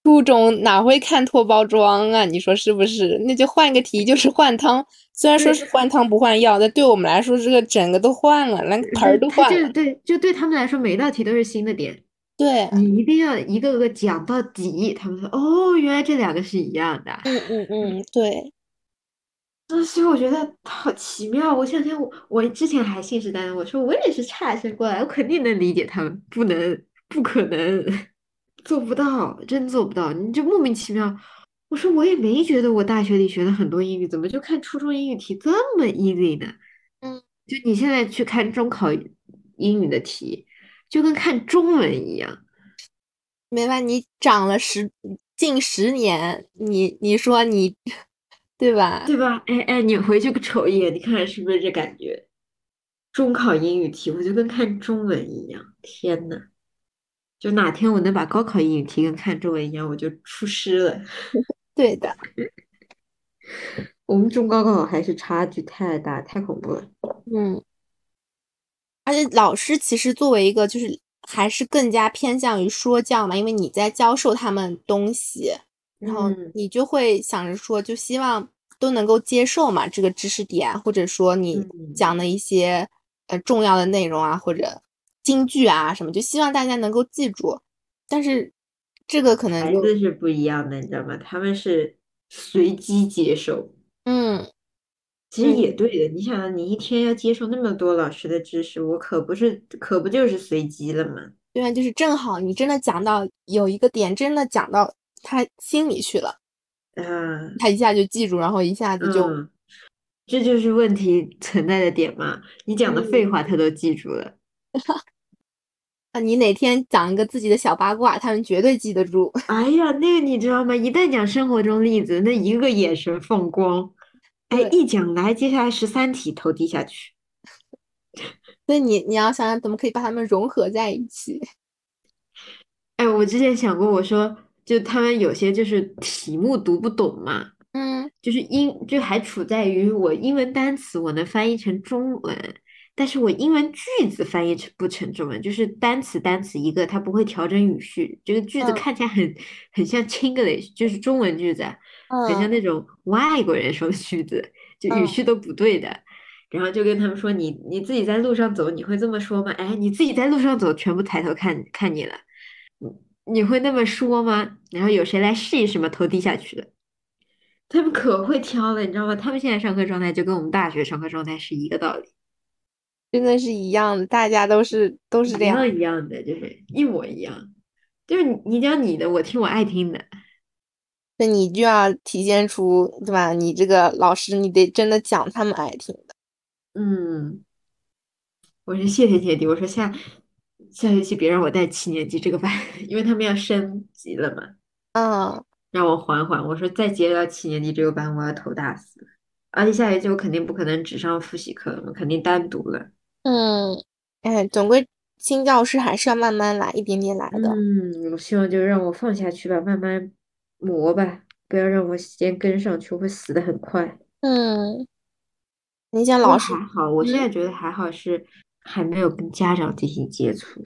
Speaker 2: 初中哪会看脱包装啊？ (laughs) 你说是不是？那就换个题，就是换汤。虽然说
Speaker 1: 对
Speaker 2: 是换汤不换药，但对我们来说，这个整个都换了，连盆儿
Speaker 1: 就
Speaker 2: 都
Speaker 1: 他
Speaker 2: 换
Speaker 1: 就
Speaker 2: 了。
Speaker 1: 对，就对他们来说，每一道题都是新的点，
Speaker 2: 对，
Speaker 1: 你一定要一个个讲到底，他们说哦，原来这两个是一样的。
Speaker 2: 嗯嗯嗯，对，
Speaker 1: 那所以我觉得好奇妙。我想想，我我之前还信誓旦旦，我说我也是差生过来，我肯定能理解他们，不能，不可能，做不到，真做不到。你就莫名其妙。我说我也没觉得我大学里学了很多英语，怎么就看初中英语题这么 easy 呢？
Speaker 2: 嗯，
Speaker 1: 就你现在去看中考英语的题，就跟看中文一样。
Speaker 2: 没办法，你长了十近十年，你你说你 (laughs) 对吧？
Speaker 1: 对吧？哎哎，你回去瞅一眼，你看看是不是这感觉？中考英语题，我就跟看中文一样。天呐，就哪天我能把高考英语题跟看中文一样，我就出师了。
Speaker 2: 对的，
Speaker 1: 我们中高考还是差距太大，太恐怖了。
Speaker 2: 嗯。而且老师其实作为一个，就是还是更加偏向于说教嘛，因为你在教授他们东西，然后
Speaker 1: 嗯
Speaker 2: 你就会想着说，就希望都能够接受嘛这个知识点，或者说你
Speaker 1: 嗯
Speaker 2: 讲的一些呃重要的内容啊，或者金句啊什么，就希望大家能够记住。但是这个可能
Speaker 1: 孩
Speaker 2: 就
Speaker 1: 子是不一样的，你知道吗？他们是随机接受，
Speaker 2: 嗯
Speaker 1: 其实
Speaker 2: 嗯
Speaker 1: 也对的。你想啊，你一天要接受那么多老师的知识，我可不是，可不就是随机了吗？
Speaker 2: 对啊，就是正好你真的讲到有一个点，真的讲到他心里去了，
Speaker 1: 啊。
Speaker 2: 他一下就记住，然后一下子就。
Speaker 1: 嗯，这就是问题 (laughs) 存在的点嘛。你讲的废
Speaker 2: 嗯
Speaker 1: 话他都记住
Speaker 2: (laughs)
Speaker 1: 了，
Speaker 2: 啊，你哪天讲一个自己的小八卦，他们绝对记得住。 (laughs)
Speaker 1: 哎呀，那个你知道吗？一旦讲生活中例子，那一个眼神放光，哎，
Speaker 2: 对
Speaker 1: 一讲来，接下来十三题投递下去。
Speaker 2: 所以你你要想想怎么可以把他们融合在一起。 (laughs)
Speaker 1: 哎，我之前想过，我说就他们有些就是题目读不懂嘛，
Speaker 2: 嗯
Speaker 1: 就是英就还处在于我英文单词我能翻译成中文，但是我英文句子翻译成不成中文，就是单词单词一个，它不会调整语序。这个句子
Speaker 2: 嗯
Speaker 1: 看起来很很像 Chinglish，就是中文句子啊，很像
Speaker 2: 嗯
Speaker 1: 那种外国人说的句子，就语
Speaker 2: 嗯
Speaker 1: 序都不对的。然后就跟他们说你你自己在路上走，你会这么说吗？哎，你自己在路上走，全部抬头看看你了，你你会那么说吗？然后有谁来试一试吗？头低下去了。他们可会挑了，你知道吗？他们现在上课状态就跟我们大学上课状态是一个道理，
Speaker 2: 真的是一样的，大家都是都是这
Speaker 1: 一
Speaker 2: 样。
Speaker 1: 样一样的，就是一模一样。就是你你讲你的，我听我爱听的。
Speaker 2: 那你就要体现出，对吧？你这个老师，你得真的讲他们爱听的。
Speaker 1: 嗯，我是谢天谢地，我说下下学期别让我带七年级这个班， (laughs) 因为他们要升级了嘛，
Speaker 2: 嗯，
Speaker 1: 让我缓缓。我说再接到七年级这个班，我要头大死了。而且下学期我肯定不可能只上复习课了嘛，肯定单独了。
Speaker 2: 嗯，哎，总归新教师还是要慢慢来，一点点来的。
Speaker 1: 嗯，我希望就让我放下去吧，慢慢磨吧，不要让我先跟上去，我会死得很快。
Speaker 2: 嗯，你想
Speaker 1: 不过
Speaker 2: 老师
Speaker 1: 还好，我现
Speaker 2: 嗯
Speaker 1: 在觉得还好是还没有跟家长进行接触，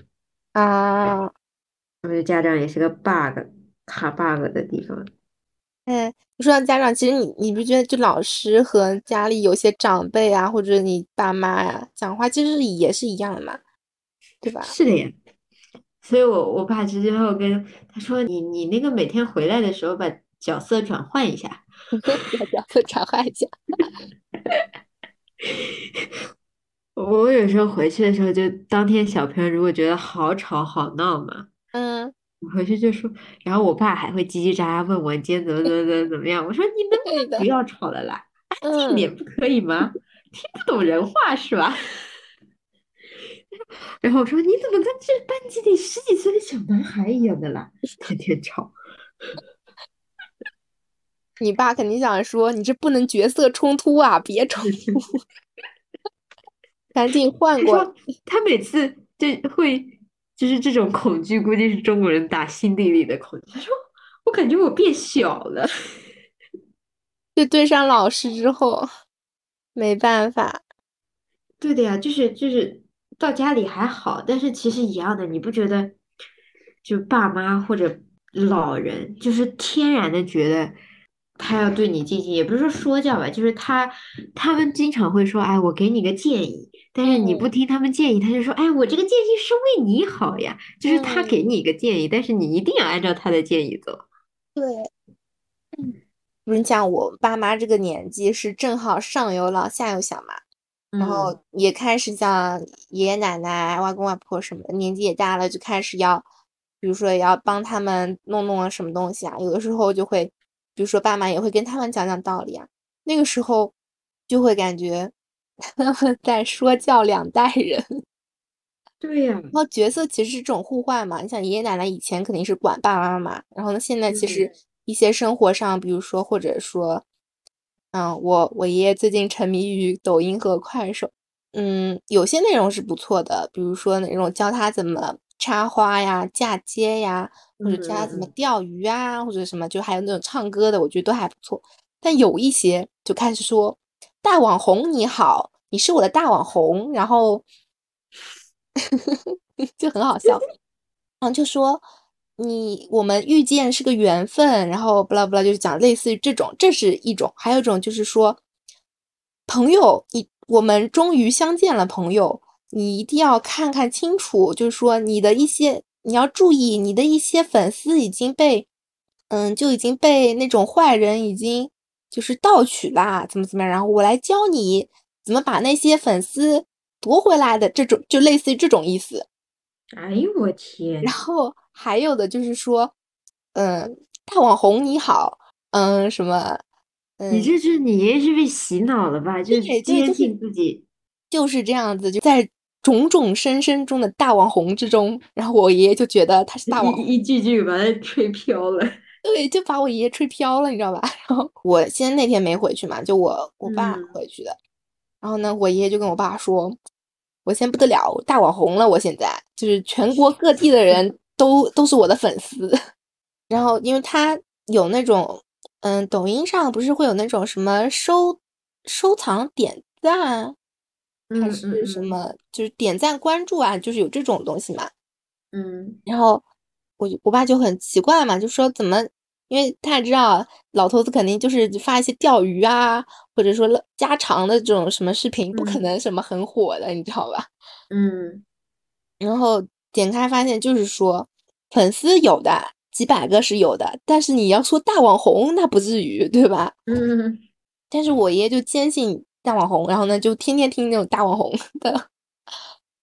Speaker 2: 啊。
Speaker 1: 我觉得家长也是个 bug 卡 bug 的地方。
Speaker 2: 嗯，说到家长，其实你你不觉得就老师和家里有些长辈啊，或者你爸妈呀、讲话其实也是一样的嘛，对吧？
Speaker 1: 是的呀，所以我我爸之前后跟他说你你那个每天回来的时候把角色转换一下，
Speaker 2: 把角色转换一下。
Speaker 1: 我有时候回去的时候就当天小朋友如果觉得好吵好闹嘛。
Speaker 2: 嗯
Speaker 1: 回去就说，然后我爸还会叽叽喳喳问我今天怎么怎么怎么怎么样。我说你能
Speaker 2: 对的
Speaker 1: 不，要吵了啦，安静
Speaker 2: 嗯
Speaker 1: 点不可以吗？听不懂人话是吧？ (laughs) 然后我说你怎么跟这班级里十几岁的小男孩一样的
Speaker 2: (laughs)
Speaker 1: 啦？天天吵，
Speaker 2: 你爸肯定想说你这不能角色冲突啊，别冲突，赶 (laughs) 紧换
Speaker 1: 他
Speaker 2: 过。
Speaker 1: 说他每次就会就是这种恐惧，估计是中国人打心底里的恐惧。他说我感觉我变小了，
Speaker 2: 就对上老师之后，没办法，
Speaker 1: 对的呀，就是就是到家里还好，但是其实一样的，你不觉得？就爸妈或者老人，就是天然的觉得他要对你进行，也不是说说教吧，就是他他们经常会说，哎，我给你个建议，但是
Speaker 2: 嗯
Speaker 1: 你不听他们建议，他就说，哎，我这个建议是为你好呀，就是他
Speaker 2: 嗯哦
Speaker 1: 给你一个建议，但是你一定要按照他的建议走。
Speaker 2: 对，嗯不是你讲我爸妈这个年纪是正好上有老下有小嘛，然
Speaker 1: 嗯
Speaker 2: 后也开始像爷爷奶奶、外公外婆什么的，年纪也大了，就开始要，比如说也要帮他们弄弄啊什么东西啊。有的时候就会，比如说爸妈也会跟他们讲讲道理啊。那个时候就会感觉 (laughs) 他们在说教两代人。
Speaker 1: 对呀，
Speaker 2: 然后角色其实是这种互换嘛，你想爷爷奶奶以前肯定是管爸爸妈妈，然后呢，现在其
Speaker 1: 嗯
Speaker 2: 实一些生活上，比如说或者说，嗯，我我爷爷最近沉迷于抖音和快手，嗯，有些内容是不错的，比如说那种教他怎么插花呀、嫁接呀，或者教他怎
Speaker 1: 嗯
Speaker 2: 么
Speaker 1: 嗯
Speaker 2: 钓鱼啊，或者什么，就还有那种唱歌的，我觉得都还不错。但有一些就开始说大网红你好，你是我的大网红，然后 (laughs) 就很好笑，然后就说你我们遇见是个缘分，然后不啦不啦，就是讲类似于这种，这是一种，还有一种就是说朋友，你我们终于相见了，朋友，你一定要看看清楚，就是说你的一些你要注意，你的一些粉丝已经被嗯就已经被那种坏人已经。就是盗取啦，怎么怎么样，然后我来教你怎么把那些粉丝夺回来的，这种就类似于这种意思。
Speaker 1: 哎呦我天，
Speaker 2: 然后还有的就是说，嗯，大网红你好，嗯，什么，嗯
Speaker 1: 你，这是你爷爷是被洗脑了吧？就是
Speaker 2: 对对
Speaker 1: 坚
Speaker 2: 就是
Speaker 1: 信自己，
Speaker 2: 就是这样子，就在种种深深中的大网红之中，然后我爷爷就觉得他是大网红。
Speaker 1: 一一句句把他吹飘了。
Speaker 2: 对，就把我爷爷吹飘了，你知道吧？ (laughs) 然后我先那天没回去嘛，就我我爸
Speaker 1: 嗯
Speaker 2: 回去的。然后呢，我爷爷就跟我爸说：“我现在不得了，大网红了，我现在就是全国各地的人都都是我的粉丝。”然后，因为他有那种，嗯，抖音上不是会有那种什么收收藏、点赞啊还
Speaker 1: 嗯
Speaker 2: 是什
Speaker 1: 嗯
Speaker 2: 么，就是点赞、关注啊，就是有这种东西嘛。
Speaker 1: 嗯
Speaker 2: 然后我就我爸就很奇怪嘛，就说怎么，因为他也知道老头子肯定就是发一些钓鱼啊，或者说家常的这种什么视频，不可
Speaker 1: 嗯
Speaker 2: 能什么很火的，你知道吧？
Speaker 1: 嗯
Speaker 2: 然后点开发现就是说，粉丝有的几百个是有的，但是你要说大网红那不至于，对吧？
Speaker 1: 嗯嗯，
Speaker 2: 但是我爷爷就坚信大网红，然后呢就天天听那种大网红的。 (laughs)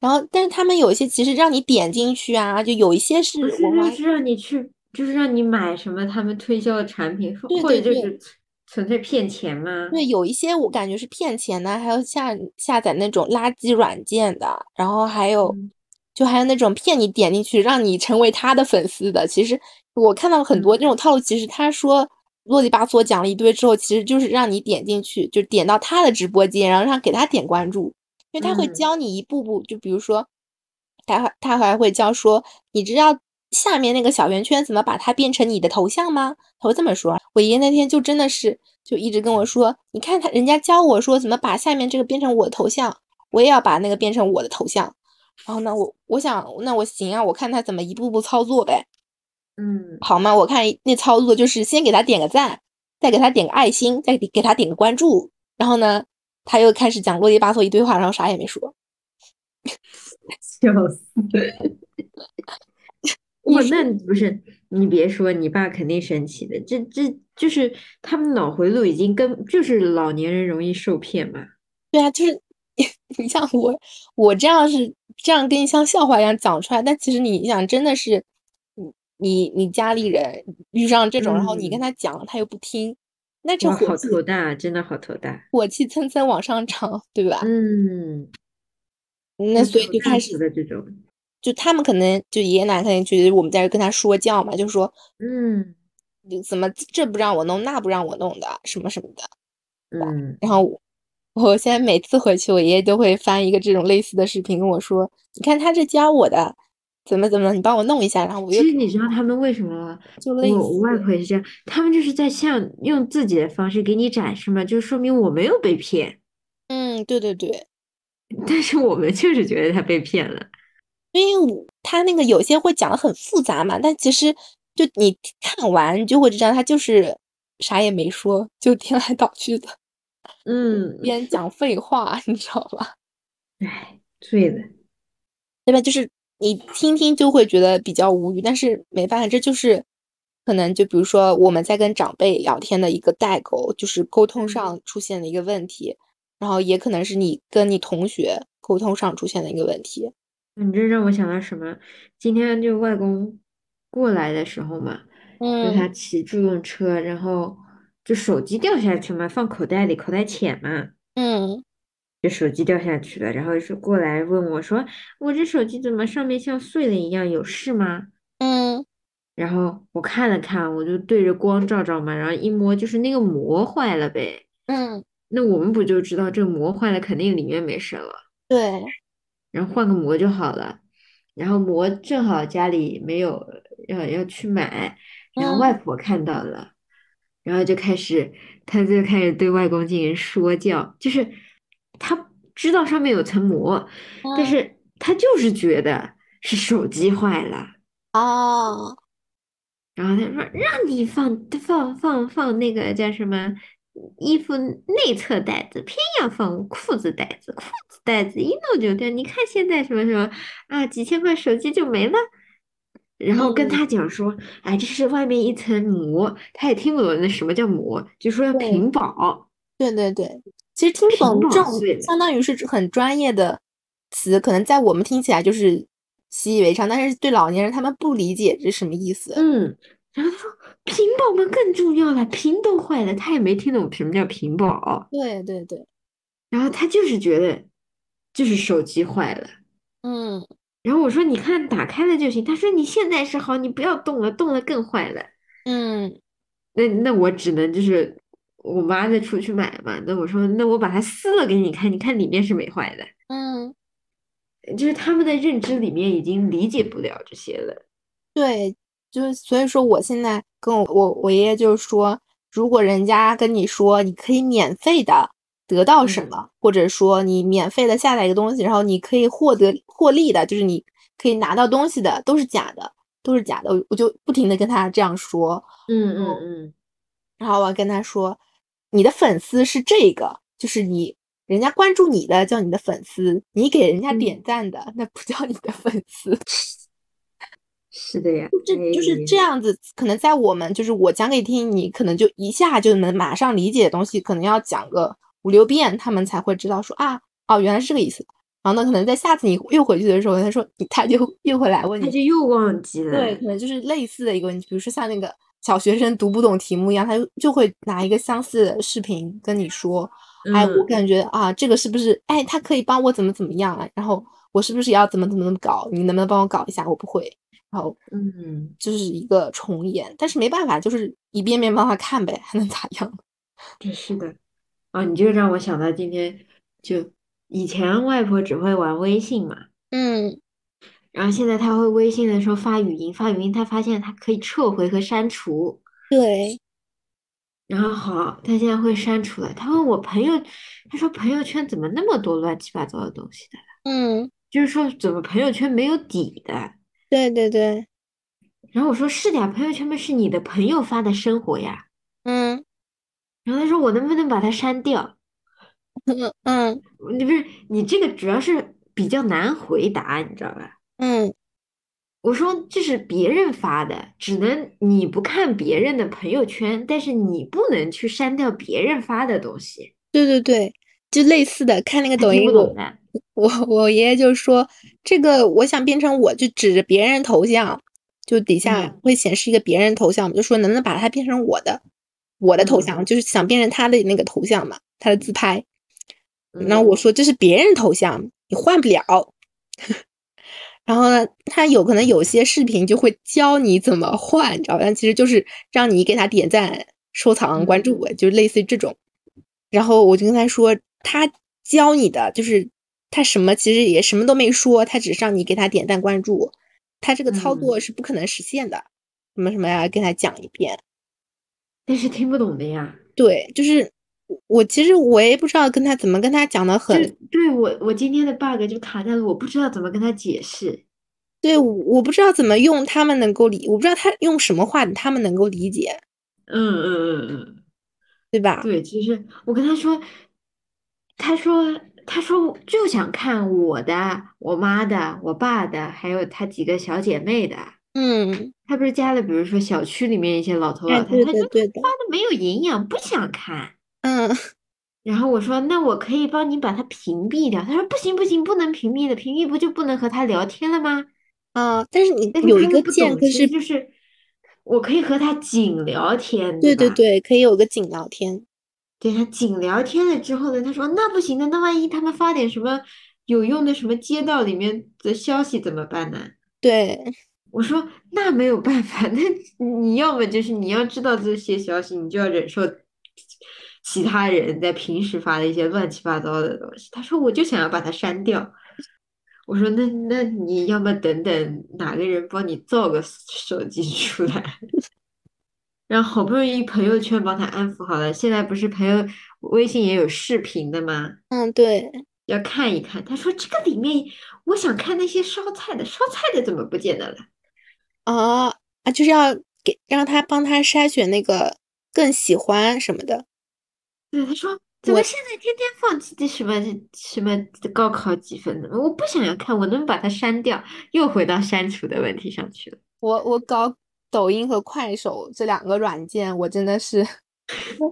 Speaker 2: 然后，但是他们有一些其实让你点进去啊，就有一些是
Speaker 1: 不是
Speaker 2: 我
Speaker 1: (laughs) 就
Speaker 2: 还
Speaker 1: 是让你去，就是让你买什么他们推销的产品，或
Speaker 2: 对
Speaker 1: 或者
Speaker 2: 对
Speaker 1: 就是纯粹骗钱吗？
Speaker 2: 对，有一些我感觉是骗钱的，还有下下载那种垃圾软件的，然后还有、
Speaker 1: 嗯
Speaker 2: 就还有那种骗你点进去让你成为他的粉丝的。其实我看到很多这种套路，其实他说啰里吧嗦讲了一堆之后，其实就是让你点进去，就点到他的直播间，然后让给他点关注，因为他会
Speaker 1: 嗯
Speaker 2: 教你一步步，就比如说他还他还会教说，你知道下面那个小圆圈怎么把它变成你的头像吗？他会这么说。我爷爷那天就真的是就一直跟我说，你看他人家教我说怎么把下面这个变成我的头像，我也要把那个变成我的头像。然后呢，我我想那我行啊，我看他怎么一步步操作呗，
Speaker 1: 嗯
Speaker 2: 好吗？我看那操作就是先给他点个赞，再给他点个爱心，再给给他点个关注，然后呢，他又开始讲啰里吧嗦一堆话，然后啥也没说。
Speaker 1: (laughs) 笑死！
Speaker 2: 你
Speaker 1: 哇，
Speaker 2: 说
Speaker 1: 那不是你别说，你爸肯定生气的。这这就是他们脑回路已经跟就是老年人容易受骗嘛。
Speaker 2: 对啊，就是 (laughs) 你像我，我这样是这样跟你像笑话一样讲出来，但其实你想真的是，嗯你你家里人遇上这种，然后你跟
Speaker 1: 嗯
Speaker 2: 他讲了，他又不听，那这
Speaker 1: 哇，
Speaker 2: 火
Speaker 1: 好
Speaker 2: 气
Speaker 1: 头大，真的好头大。
Speaker 2: 火气蹭蹭往上涨，对吧？
Speaker 1: 嗯，
Speaker 2: 那所以
Speaker 1: 好
Speaker 2: 就
Speaker 1: 大
Speaker 2: 开
Speaker 1: 头
Speaker 2: 始，
Speaker 1: 嗯的这种，
Speaker 2: 就他们可能就爷爷奶奶可能觉得我们在跟他说教嘛，就说
Speaker 1: 嗯
Speaker 2: 你怎么这不让我弄，那不让我弄的，什么什么的。
Speaker 1: 嗯，
Speaker 2: 然后我我现在每次回去，我爷爷都会翻一个这种类似的视频跟我说：“你看他这教我的，怎么怎么，你帮我弄一下。”然后我又
Speaker 1: 其实你知道他们为什么吗？
Speaker 2: 就
Speaker 1: 我
Speaker 2: 类
Speaker 1: 嗯我外
Speaker 2: 似
Speaker 1: 婆也是这样，他们就是在像用自己的方式给你展示嘛，就说明我没有被骗， (laughs)
Speaker 2: 嗯，对对对，
Speaker 1: 但是我们就是觉得他被骗了。
Speaker 2: 因为我他那个有些会讲的很复杂嘛，但其实就你看完，你就会知道他就是啥也没说，就颠来倒去的
Speaker 1: 嗯，
Speaker 2: 边讲废话，你知道吧？
Speaker 1: 哎，对的，
Speaker 2: 对吧？就是你听听就会觉得比较无语，但是没办法，这就是可能就比如说我们在跟长辈聊天的一个代沟，就是沟通
Speaker 1: 嗯
Speaker 2: 上出现的一个问题，然后也可能是你跟你同学沟通上出现的一个问题。
Speaker 1: 你这让我想到什么？今天就外公过来的时候嘛，就他
Speaker 2: 嗯
Speaker 1: 骑助用车，然后就手机掉下去嘛，放口袋里，口袋浅嘛，
Speaker 2: 嗯
Speaker 1: 就手机掉下去了，然后就过来问我说：“我这手机怎么上面像碎了一样？有事吗？”
Speaker 2: 嗯
Speaker 1: 然后我看了看，我就对着光照照嘛，然后一摸就是那个膜坏了呗。
Speaker 2: 嗯，
Speaker 1: 那我们不就知道这个膜坏了，肯定里面没事了。
Speaker 2: 对，
Speaker 1: 然后换个膜就好了。然后膜正好家里没有，要要去买，然后外
Speaker 2: 嗯
Speaker 1: 婆看到了，然后就开始，她就开始对外公进行说教，就是她知道上面有层膜，但
Speaker 2: 嗯
Speaker 1: 是她就是觉得是手机坏了。
Speaker 2: 哦，
Speaker 1: 然后他说让你放放放放那个叫什么衣服内侧带子，偏要放裤子带子，裤子带子一弄就掉。你看现在什么什么啊，几千块手机就没了。然后跟
Speaker 2: 嗯，
Speaker 1: 他讲说，哎，这是外面一层膜，他也听不懂那什么叫膜，就说要
Speaker 2: 对
Speaker 1: 屏保，
Speaker 2: 对对对，其实听不
Speaker 1: 屏
Speaker 2: 懂这
Speaker 1: 保
Speaker 2: 种
Speaker 1: 碎了。
Speaker 2: 相当于是很专业的词，可能在我们听起来就是习以为常，但是对老年人他们不理解这是什么意思。
Speaker 1: 嗯，然后他说屏保们更重要了，屏都坏了，他也没听懂什么叫屏保，
Speaker 2: 对对对，
Speaker 1: 然后他就是觉得就是手机坏了。
Speaker 2: 嗯，
Speaker 1: 然后我说：“你看，打开了就行。”他说：“你现在是好，你不要动了，动了更坏了。
Speaker 2: 嗯，
Speaker 1: 那”那我只能就是我妈再出去买嘛。那我说：“那我把它撕了给你看，你看里面是没坏的。”
Speaker 2: 嗯，
Speaker 1: 就是他们的认知里面已经理解不了这些了。
Speaker 2: 对，就是所以说我现在跟我我我爷爷就是说，如果人家跟你说你可以免费的得到什
Speaker 1: 嗯
Speaker 2: 么，或者说你免费的下载一个东西，然后你可以获得获利的，就是你可以拿到东西的，都是假的，都是假的。我我就不停的跟他这样说，
Speaker 1: 嗯嗯
Speaker 2: 然后我要跟他说，你的粉丝是这个，就是你人家关注你的叫你的粉丝，你给人家
Speaker 1: 嗯
Speaker 2: 点赞的那不叫你的粉丝。
Speaker 1: 是的呀，
Speaker 2: 这
Speaker 1: 哎
Speaker 2: 就是这
Speaker 1: 呀，
Speaker 2: 样子，可能在我们就是我讲给你听，你可能就一下就能马上理解的东西，可能要讲个五六遍，他们才会知道说啊，哦，原来是这个意思。然后呢，可能在下次你又回去的时候，他说他就又会来问
Speaker 1: 他
Speaker 2: 你，嗯
Speaker 1: 就又忘记
Speaker 2: 对，
Speaker 1: 了。
Speaker 2: 可能就是类似的一个问题，比如说像那个小学生读不懂题目一样，他就就会拿一个相似的视频跟你说，哎，我
Speaker 1: 嗯，
Speaker 2: 感觉啊，这个是不是，哎，他可以帮我怎么怎么样啊，然后我是不是也要怎么怎么怎么搞，你能不能帮我搞一下，我不会，然后
Speaker 1: 嗯，
Speaker 2: 就是一个重演，但是没办法，就是一遍遍帮他看呗，还能咋样？ (laughs)
Speaker 1: 这是的。啊，你就让我想到今天，就以前外婆只会玩微信嘛。
Speaker 2: 嗯
Speaker 1: 然后现在他会微信的时候发语音，发语音他发现他可以撤回和删除，
Speaker 2: 对，
Speaker 1: 然后好，他现在会删除了。他问我朋友，他说朋友圈怎么那么多乱七八糟的东西的，
Speaker 2: 嗯，
Speaker 1: 就是说怎么朋友圈没有底的。
Speaker 2: 对对对，
Speaker 1: 然后我说是的呀，朋友圈们是你的朋友发的生活呀。
Speaker 2: 嗯
Speaker 1: 然后他说我能不能把它删掉？
Speaker 2: 嗯
Speaker 1: 你不是你这个主要是比较难回答，你知道吧？
Speaker 2: 嗯，
Speaker 1: 我说这是别人发的，只能你不看别人的朋友圈，但是你不能去删掉别人发的东西，
Speaker 2: 对对对，就类似的，看那个
Speaker 1: 他
Speaker 2: 抖
Speaker 1: 听
Speaker 2: 音
Speaker 1: 不懂
Speaker 2: 我。
Speaker 1: 的。
Speaker 2: 我我爷爷就说这个，我想变成我就指着别人头像，就底下会显示一个别人头像，我们就说能不能把它变成我的，我的头像，就是想变成他的那个头像嘛，他的自拍。然
Speaker 1: 嗯
Speaker 2: 后我说这是别人头像，你换不了。 (laughs) 然后呢，他有可能有些视频就会教你怎么换，你知道吧？但其实就是让你给他点赞、收藏、关注，就是类似于这种。然后我就跟他说，他教你的就是他什么，其实也什么都没说，他只是让你给他点赞、关注。他这个操作是不可能实现的，什么什么呀，跟他讲一遍。
Speaker 1: 但是听不懂的呀。
Speaker 2: 对，就是我其实我也不知道跟他怎么跟他讲的
Speaker 1: 就
Speaker 2: (laughs) 很，
Speaker 1: 对我我今天的 bug 就卡在了我不知道怎么跟他解释。
Speaker 2: 对，我我不知道怎么用他们能够理，我不知道他用什么话他们能够理解，
Speaker 1: 嗯嗯嗯嗯，
Speaker 2: 对吧？
Speaker 1: 对，就是我跟他说，他说他说就想看我的、我妈的、我爸的，还有他几个小姐妹的。
Speaker 2: 嗯，
Speaker 1: 他不是加了，比如说小区里面一些老头
Speaker 2: 哎，
Speaker 1: 老太太，
Speaker 2: 对
Speaker 1: 他
Speaker 2: 对
Speaker 1: 说
Speaker 2: 对的
Speaker 1: 发，的没有营养，不想看。
Speaker 2: 嗯，
Speaker 1: 然后我说，那我可以帮你把它屏蔽掉。他说不行不行，不能屏蔽的，屏蔽不就不能和他聊天了吗？
Speaker 2: 啊，但是你
Speaker 1: 但是
Speaker 2: 有
Speaker 1: 他
Speaker 2: 一
Speaker 1: 们
Speaker 2: 个
Speaker 1: 不
Speaker 2: 键
Speaker 1: 懂，
Speaker 2: 可
Speaker 1: 其
Speaker 2: 是
Speaker 1: 实，就是我可以和他仅聊天，
Speaker 2: 对对
Speaker 1: 吧？
Speaker 2: 对，可以有个仅聊天，
Speaker 1: 对他仅聊天了之后呢，他说那不行的，那万一他们发点什么有用的什么街道里面的消息怎么办呢？
Speaker 2: 对，
Speaker 1: 我说那没有办法， (laughs) 那你要么就是你要知道这些消息，你就要忍受其他人在平时发的一些乱七八糟的东西。他说我就想要把它删掉。我说那那你要么等等哪个人帮你造个手机出来。 (laughs) 然后好不容易朋友圈帮他安抚好了，现在不是朋友微信也有视频的吗？
Speaker 2: 嗯，对，
Speaker 1: 要看一看。他说这个里面我想看那些烧菜的，烧菜的怎么不见得了？
Speaker 2: 啊啊，就是要给让他帮他筛选那个更喜欢什么的，
Speaker 1: 对，他说怎么
Speaker 2: 我
Speaker 1: 现在天天放弃这什么什么高考几分的？我不想要看，我能把它删掉。又回到删除的问题上去了。
Speaker 2: 我我搞抖音和快手这两个软件，我真的是， (laughs)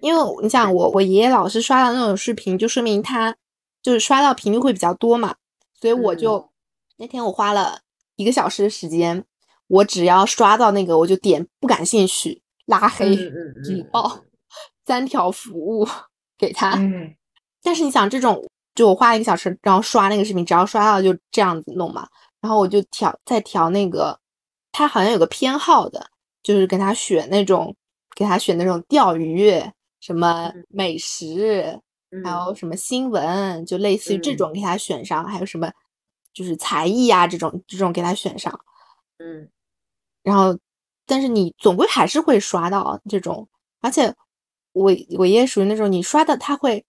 Speaker 2: 因为我你想我我爷爷老是刷到那种视频，就说明他就是刷到频率会比较多嘛，所以我
Speaker 1: 嗯
Speaker 2: 就那天我花了一个小时的时间，我只要刷到那个我就点不感兴趣，拉黑、
Speaker 1: 嗯嗯
Speaker 2: 举
Speaker 1: 嗯
Speaker 2: 报，啊三条服务 (laughs) 给他。
Speaker 1: 嗯
Speaker 2: 但是你想这种，就我花了一个小时，然后刷那个视频，只要刷到就这样子弄嘛。然后我就调再调那个，他好像有个偏好的，就是给他选那种，给他选那种钓鱼、什么
Speaker 1: 嗯
Speaker 2: 美食，
Speaker 1: 嗯
Speaker 2: 还有什么新闻，就类似于这
Speaker 1: 嗯
Speaker 2: 种给他选上，还有什么就是才艺啊这种这种给他选上。
Speaker 1: 嗯
Speaker 2: 然后，但是你总归还是会刷到啊这种，而且我我爷爷属于那种你刷到他会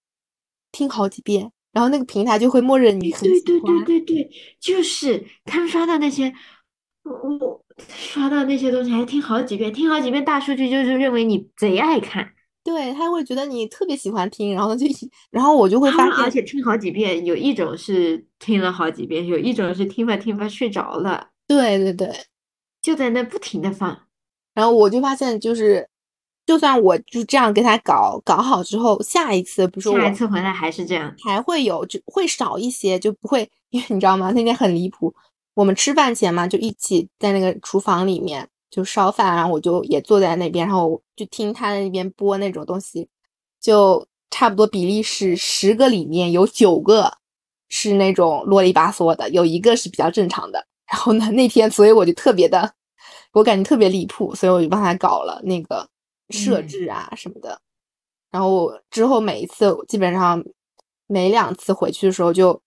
Speaker 2: 听好几遍，然后那个平台就会默认你很
Speaker 1: 对
Speaker 2: 喜
Speaker 1: 对对
Speaker 2: 欢。
Speaker 1: 对对，就是他们刷到那些，我我刷到那些东西还听好几遍，听好几遍，大数据就是认为你贼爱看，
Speaker 2: 对，他会觉得你特别喜欢听，然后就一然后我就会
Speaker 1: 他
Speaker 2: 发
Speaker 1: 们而
Speaker 2: 现，
Speaker 1: 且听好几遍，有一种是听了好几遍，有一种是听吧听吧睡着了，
Speaker 2: 对对对，
Speaker 1: 就在那不停的放。
Speaker 2: 然后我就发现就是，就算我就这样给他搞搞好之后，下一次比如说
Speaker 1: 下
Speaker 2: 我
Speaker 1: 一次回来还是这样。
Speaker 2: 还会有，就会少一些，就不会，因为你知道吗？那天很离谱，我们吃饭前嘛，就一起在那个厨房里面就烧饭，然后我就也坐在那边，然后就听他在那边播那种东西，就差不多比例是十个里面有九个是那种啰里吧嗦的，有一个是比较正常的。然后呢，那天所以我就特别的，我感觉特别离谱，所以我就帮他搞了那个设
Speaker 1: 嗯
Speaker 2: 置啊什么的。然后我之后每一次基本上每两次回去的时候，就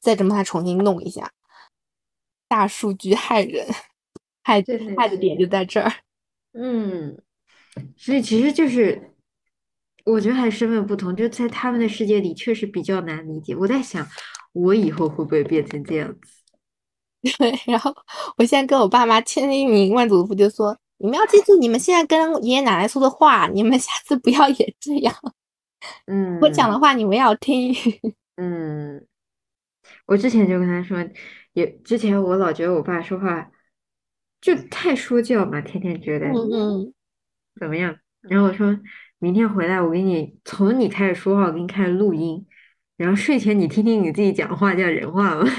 Speaker 2: 再这么他重新弄一下。大数据害人，害
Speaker 1: 对对
Speaker 2: 害的
Speaker 1: 对
Speaker 2: 点就在这儿。 (laughs)
Speaker 1: 嗯，所以其实就是，我觉得还是身份不同，就在他们的世界里确实比较难理解。我在想，我以后会不会变成这样子？
Speaker 2: 对，然后我现在跟我爸妈千叮咛万嘱咐，就说你们要记住你们现在跟爷爷奶奶说的话，你们下次不要也这样。
Speaker 1: 嗯，
Speaker 2: 我讲的话你们要听。
Speaker 1: 嗯，我之前就跟他说，也之前我老觉得我爸说话就太说教嘛，天天觉得
Speaker 2: 嗯嗯，
Speaker 1: 怎么样？然后我说明天回来，我给你从你开始说话，我给你开始录音，然后睡前你听听你自己讲话叫人话吗？ (laughs)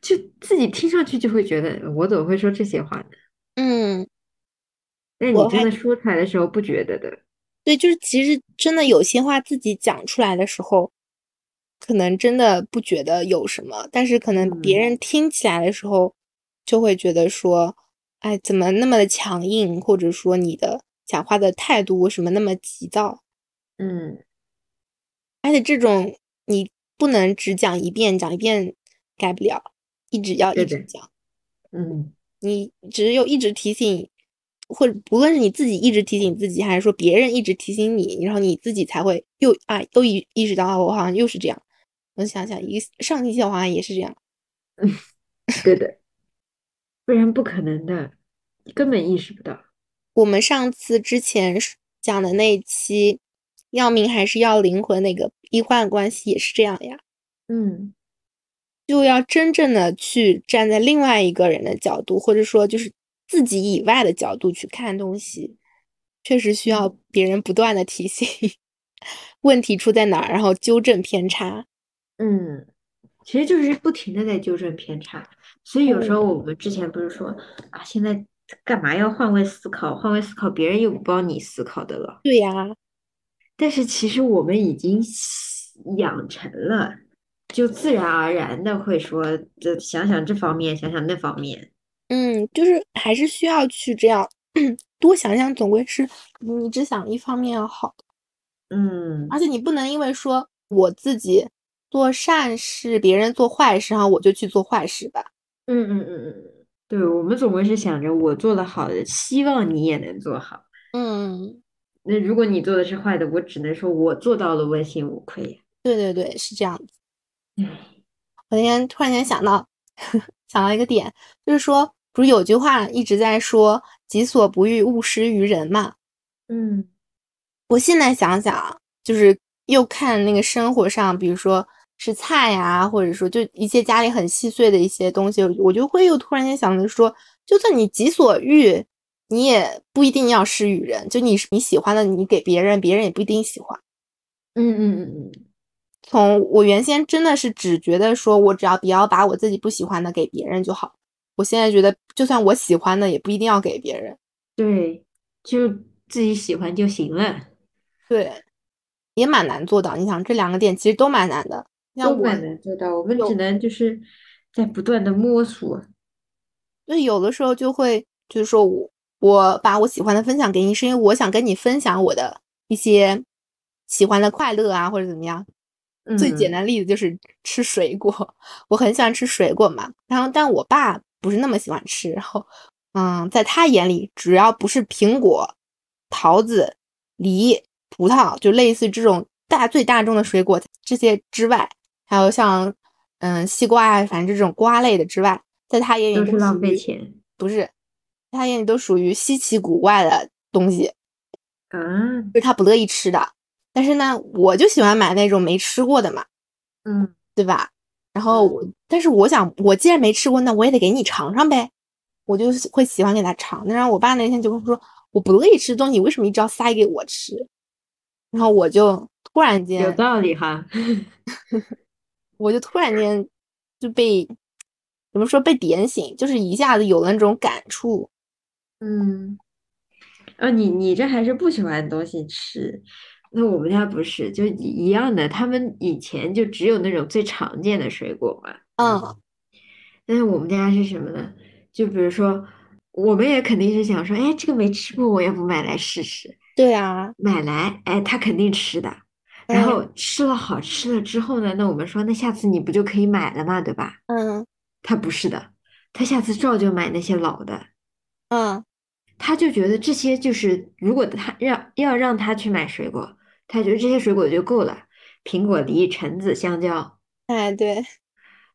Speaker 1: 就自己听上去就会觉得我怎么会说这些话呢？
Speaker 2: 嗯，
Speaker 1: 但
Speaker 2: 我
Speaker 1: 你真
Speaker 2: 还
Speaker 1: 的说出来的时候不觉得的，
Speaker 2: 对，就是其实真的有些话自己讲出来的时候，可能真的不觉得有什么，但是可能别
Speaker 1: 嗯
Speaker 2: 人听起来的时候，就会觉得说，哎，怎么那么的强硬，或者说你的讲话的态度为什么那么急躁？
Speaker 1: 嗯
Speaker 2: 而且这种你不能只讲一遍，讲一遍改不了，一直要一
Speaker 1: 对
Speaker 2: 直
Speaker 1: 的
Speaker 2: 讲。 (laughs)
Speaker 1: 嗯
Speaker 2: 你只有一直提醒，或者不论是你自己一直提醒自己，还是说别人一直提醒你，然后你自己才会又啊又意意识到啊，我好像又是这样。我想想，一个上一期我好像也是这样。
Speaker 1: 对的，不然不可能的，根本意识不到。
Speaker 2: 我们上次之前是讲的那一期，要命还是要灵魂那个医患关系也是这样呀，
Speaker 1: 嗯
Speaker 2: 就要真正的去站在另外一个人的角度，或者说就是自己以外的角度去看东西，确实需要别人不断的提醒问题出在哪儿，然后纠正偏差。
Speaker 1: 嗯，其实就是不停的在纠正偏差，所以有时候我们之前不是说啊，现在干嘛要换位思考？换位思考，别人又不帮你思考的了。
Speaker 2: 对呀、
Speaker 1: 但是其实我们已经习养成了，就自然而然的会说，这想想这方面，想想那方面。
Speaker 2: 嗯，就是还是需要去这样多想想，总归是嗯你只想一方面要好。
Speaker 1: 嗯
Speaker 2: 而且你不能因为说我自己做善事，别人做坏事，然后我就去做坏事吧。
Speaker 1: 嗯嗯嗯嗯嗯，对，我们总归是想着我做的好的，希望你也能做好。
Speaker 2: 嗯，
Speaker 1: 那如果你做的是坏的，我只能说我做到了，问心无愧。
Speaker 2: 对对对，是这样子。
Speaker 1: 唉
Speaker 2: 我那天突然间想到， (laughs) 想到一个点，就是说，不是有句话一直在说“己所不欲，勿施于人”嘛？
Speaker 1: 嗯
Speaker 2: 我现在想想啊，就是又看那个生活上，比如说是菜呀、或者说就一些家里很细碎的一些东西，我就会又突然间想着说，就算你己所欲，你也不一定要施于人。就你你喜欢的，你给别人，别人也不一定喜欢。
Speaker 1: 嗯嗯嗯嗯，
Speaker 2: 从我原先真的是只觉得说我只要不要把我自己不喜欢的给别人就好，我现在觉得就算我喜欢的也不一定要给别人。
Speaker 1: 对，就自己喜欢就行了，
Speaker 2: 对，也蛮难做到。你想这两个点其实都蛮难的。像
Speaker 1: 都
Speaker 2: 我
Speaker 1: 蛮难做到，我们
Speaker 2: 有
Speaker 1: 只能就是在不断的摸索。
Speaker 2: 对，有的时候就会就是说我我把我喜欢的分享给你，是因为我想跟你分享我的一些喜欢的快乐啊，或者怎么样。最简
Speaker 1: 嗯
Speaker 2: 单的例子就是吃水果，我很喜欢吃水果嘛，然后但我爸不是那么喜欢吃，然后嗯，在他眼里，只要不是苹果、桃子、梨、葡萄，就类似这种大最大众的水果这些之外，还有像嗯西瓜啊，反正这种瓜类的之外，在他眼里
Speaker 1: 都是浪
Speaker 2: 属
Speaker 1: 费
Speaker 2: 于
Speaker 1: 钱
Speaker 2: 不是，他眼里都属于稀奇古怪的东西，
Speaker 1: 啊，
Speaker 2: 就是他不乐意吃的。但是呢，我就喜欢买那种没吃过的嘛，
Speaker 1: 嗯
Speaker 2: 对吧？然后我，但是我想，我既然没吃过，那我也得给你尝尝呗。我就会喜欢给他尝。然后我爸那天就跟我说，我不乐意吃的东西，你为什么一直要塞给我吃？然后我就突然
Speaker 1: 有
Speaker 2: 间，
Speaker 1: 道理哈。
Speaker 2: 我就突然间就被怎么说被点醒，就是一下子有了那种感触。
Speaker 1: 嗯，啊，你你这还是不喜欢的东西吃，那我们家不是，就一一样的。他们以前就只有那种最常见的水果嘛，
Speaker 2: 嗯
Speaker 1: 但是我们家是什么呢？就比如说，我们也肯定是想说，哎，这个没吃过，我要不买来试试。
Speaker 2: 对啊，哎
Speaker 1: 买来，哎，他肯定吃的。然后吃了好吃了之后呢，那我们说，那下次你不就可以买了嘛，对吧？
Speaker 2: 嗯
Speaker 1: 他不是的，他下次照旧买那些老的。
Speaker 2: 嗯
Speaker 1: 他就觉得这些就是，如果他让要让他去买水果，他觉得这些水果就够了，苹果、梨、橙子、香蕉。
Speaker 2: 哎，对，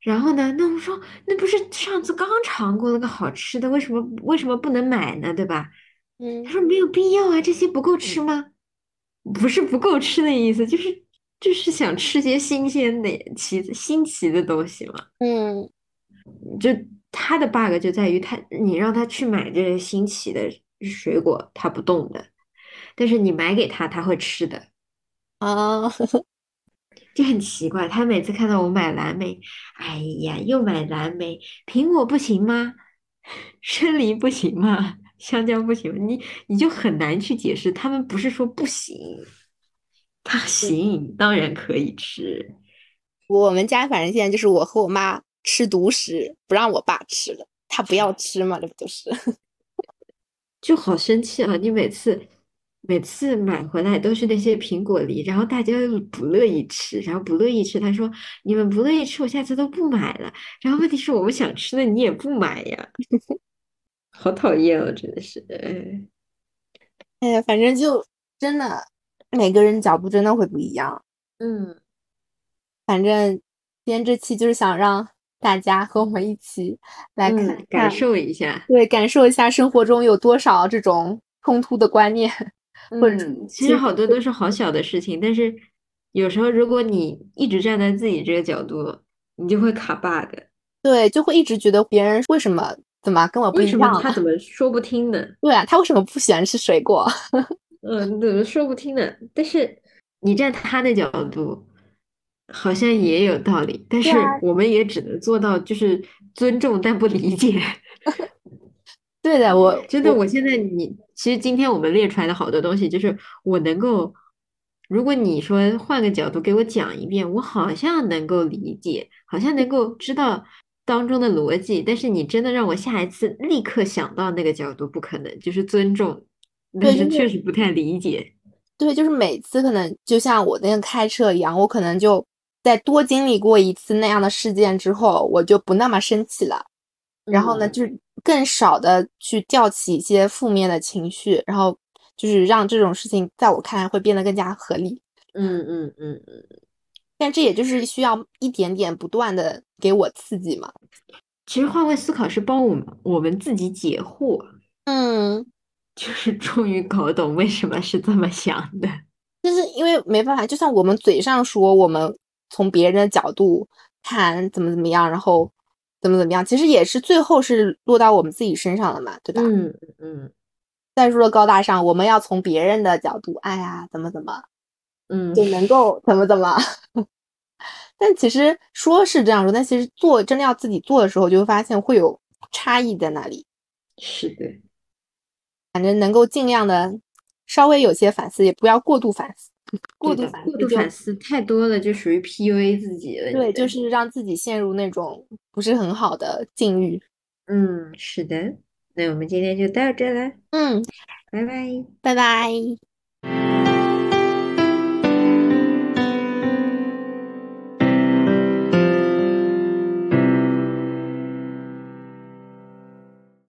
Speaker 1: 然后呢，那我说那不是上次刚尝过那个好吃的，为什么为什么不能买呢？对吧？
Speaker 2: 嗯
Speaker 1: 他说没有必要啊，这些不够吃吗？不是不够吃的意思，就是就是想吃些新鲜的、奇新奇的东西嘛。
Speaker 2: 嗯，
Speaker 1: 就他的 bug 就在于他，你让他去买这些新奇的水果，他不动的，但是你买给他，他会吃的。
Speaker 2: 啊，
Speaker 1: 就很奇怪。他每次看到我买蓝莓，哎呀，又买蓝莓，苹果不行吗？ (laughs) 生梨不行吗？ (laughs) 香蕉不行吗？你你就很难去解释，他们不是说不行，它行，当然可以吃。
Speaker 2: 我们家反正现在就是我和我妈吃独食，不让我爸吃了，他不要吃嘛，这不就是？ (laughs)
Speaker 1: 就好生气啊！你每次每次买回来都是那些苹果梨，然后大家又不乐意吃，然后不乐意吃，他说你们不乐意吃，我下次都不买了。然后问题是我们想吃的你也不买呀， (laughs) 好讨厌哦，真的是。
Speaker 2: 哎呀，反正就真的每个人角度真的会不一样。
Speaker 1: 嗯，
Speaker 2: 反正今天这期就是想让大家和我们一起来看
Speaker 1: 嗯，感
Speaker 2: 看
Speaker 1: 受一下。
Speaker 2: 对，感受一下生活中有多少这种冲突的观念，或者
Speaker 1: 嗯，其实好多都是好小的事情，但是有时候如果你一直站在自己这个角度，你就会卡 bug。
Speaker 2: 对，就会一直觉得别人为什么怎么跟我不
Speaker 1: 为
Speaker 2: 一
Speaker 1: 什么
Speaker 2: 样
Speaker 1: 他
Speaker 2: 啊？
Speaker 1: 怎么说不听呢？
Speaker 2: 对啊，他为什么不喜欢吃水果？ (laughs)
Speaker 1: 嗯，怎么说不听呢？但是你站他的角度，好像也有道理，但
Speaker 2: 对
Speaker 1: 是
Speaker 2: 啊
Speaker 1: 我们也只能做到就是尊重但不理解。 (laughs)
Speaker 2: 对的，我
Speaker 1: 真的，我现在你其实今天我们列出来的好多东西，就是我能够，如果你说换个角度给我讲一遍，我好像能够理解，好像能够知道当中的逻辑，但是你真的让我下一次立刻想到那个角度，不可能，就是尊重，但
Speaker 2: 对
Speaker 1: 是
Speaker 2: 就是
Speaker 1: 确实不太理解。
Speaker 2: 对，就是每次可能就像我那个开车一样，我可能就在多经历过一次那样的事件之后，我就不那么生气了。然后呢，
Speaker 1: 嗯
Speaker 2: 就是更少的去吊起一些负面的情绪，然后就是让这种事情在我看来会变得更加合理。
Speaker 1: 嗯嗯嗯嗯，
Speaker 2: 但这也就是需要一点点不断的给我刺激嘛。
Speaker 1: 其实换位思考是帮我们我们自己解惑，
Speaker 2: 嗯，
Speaker 1: 就是终于搞懂为什么是这么想的。
Speaker 2: 就是因为没办法，就算我们嘴上说我们从别人的角度看怎么怎么样，然后怎么怎么样，其实也是最后是落到我们自己身上了嘛，对吧？
Speaker 1: 嗯嗯。
Speaker 2: 再说高大上，我们要从别人的角度，哎呀，怎么怎么
Speaker 1: 嗯
Speaker 2: 就能够怎么怎么。 (laughs) 但其实说是这样说，但其实做真的要自己做的时候，就会发现会有差异在那里。
Speaker 1: 是的，
Speaker 2: 反正能够尽量的稍微有些反思，也不要过度反思。过
Speaker 1: 对
Speaker 2: 度
Speaker 1: 的，
Speaker 2: 反
Speaker 1: 过
Speaker 2: 思
Speaker 1: 度
Speaker 2: 就
Speaker 1: 反思太多了，就属于 PUA 自己了。
Speaker 2: 对，
Speaker 1: 你
Speaker 2: 就
Speaker 1: 的
Speaker 2: 是让自己陷入那种不是很好的境遇。
Speaker 1: 嗯，是的。那我们今天就到这了，
Speaker 2: 嗯，
Speaker 1: 拜拜。
Speaker 2: 拜拜。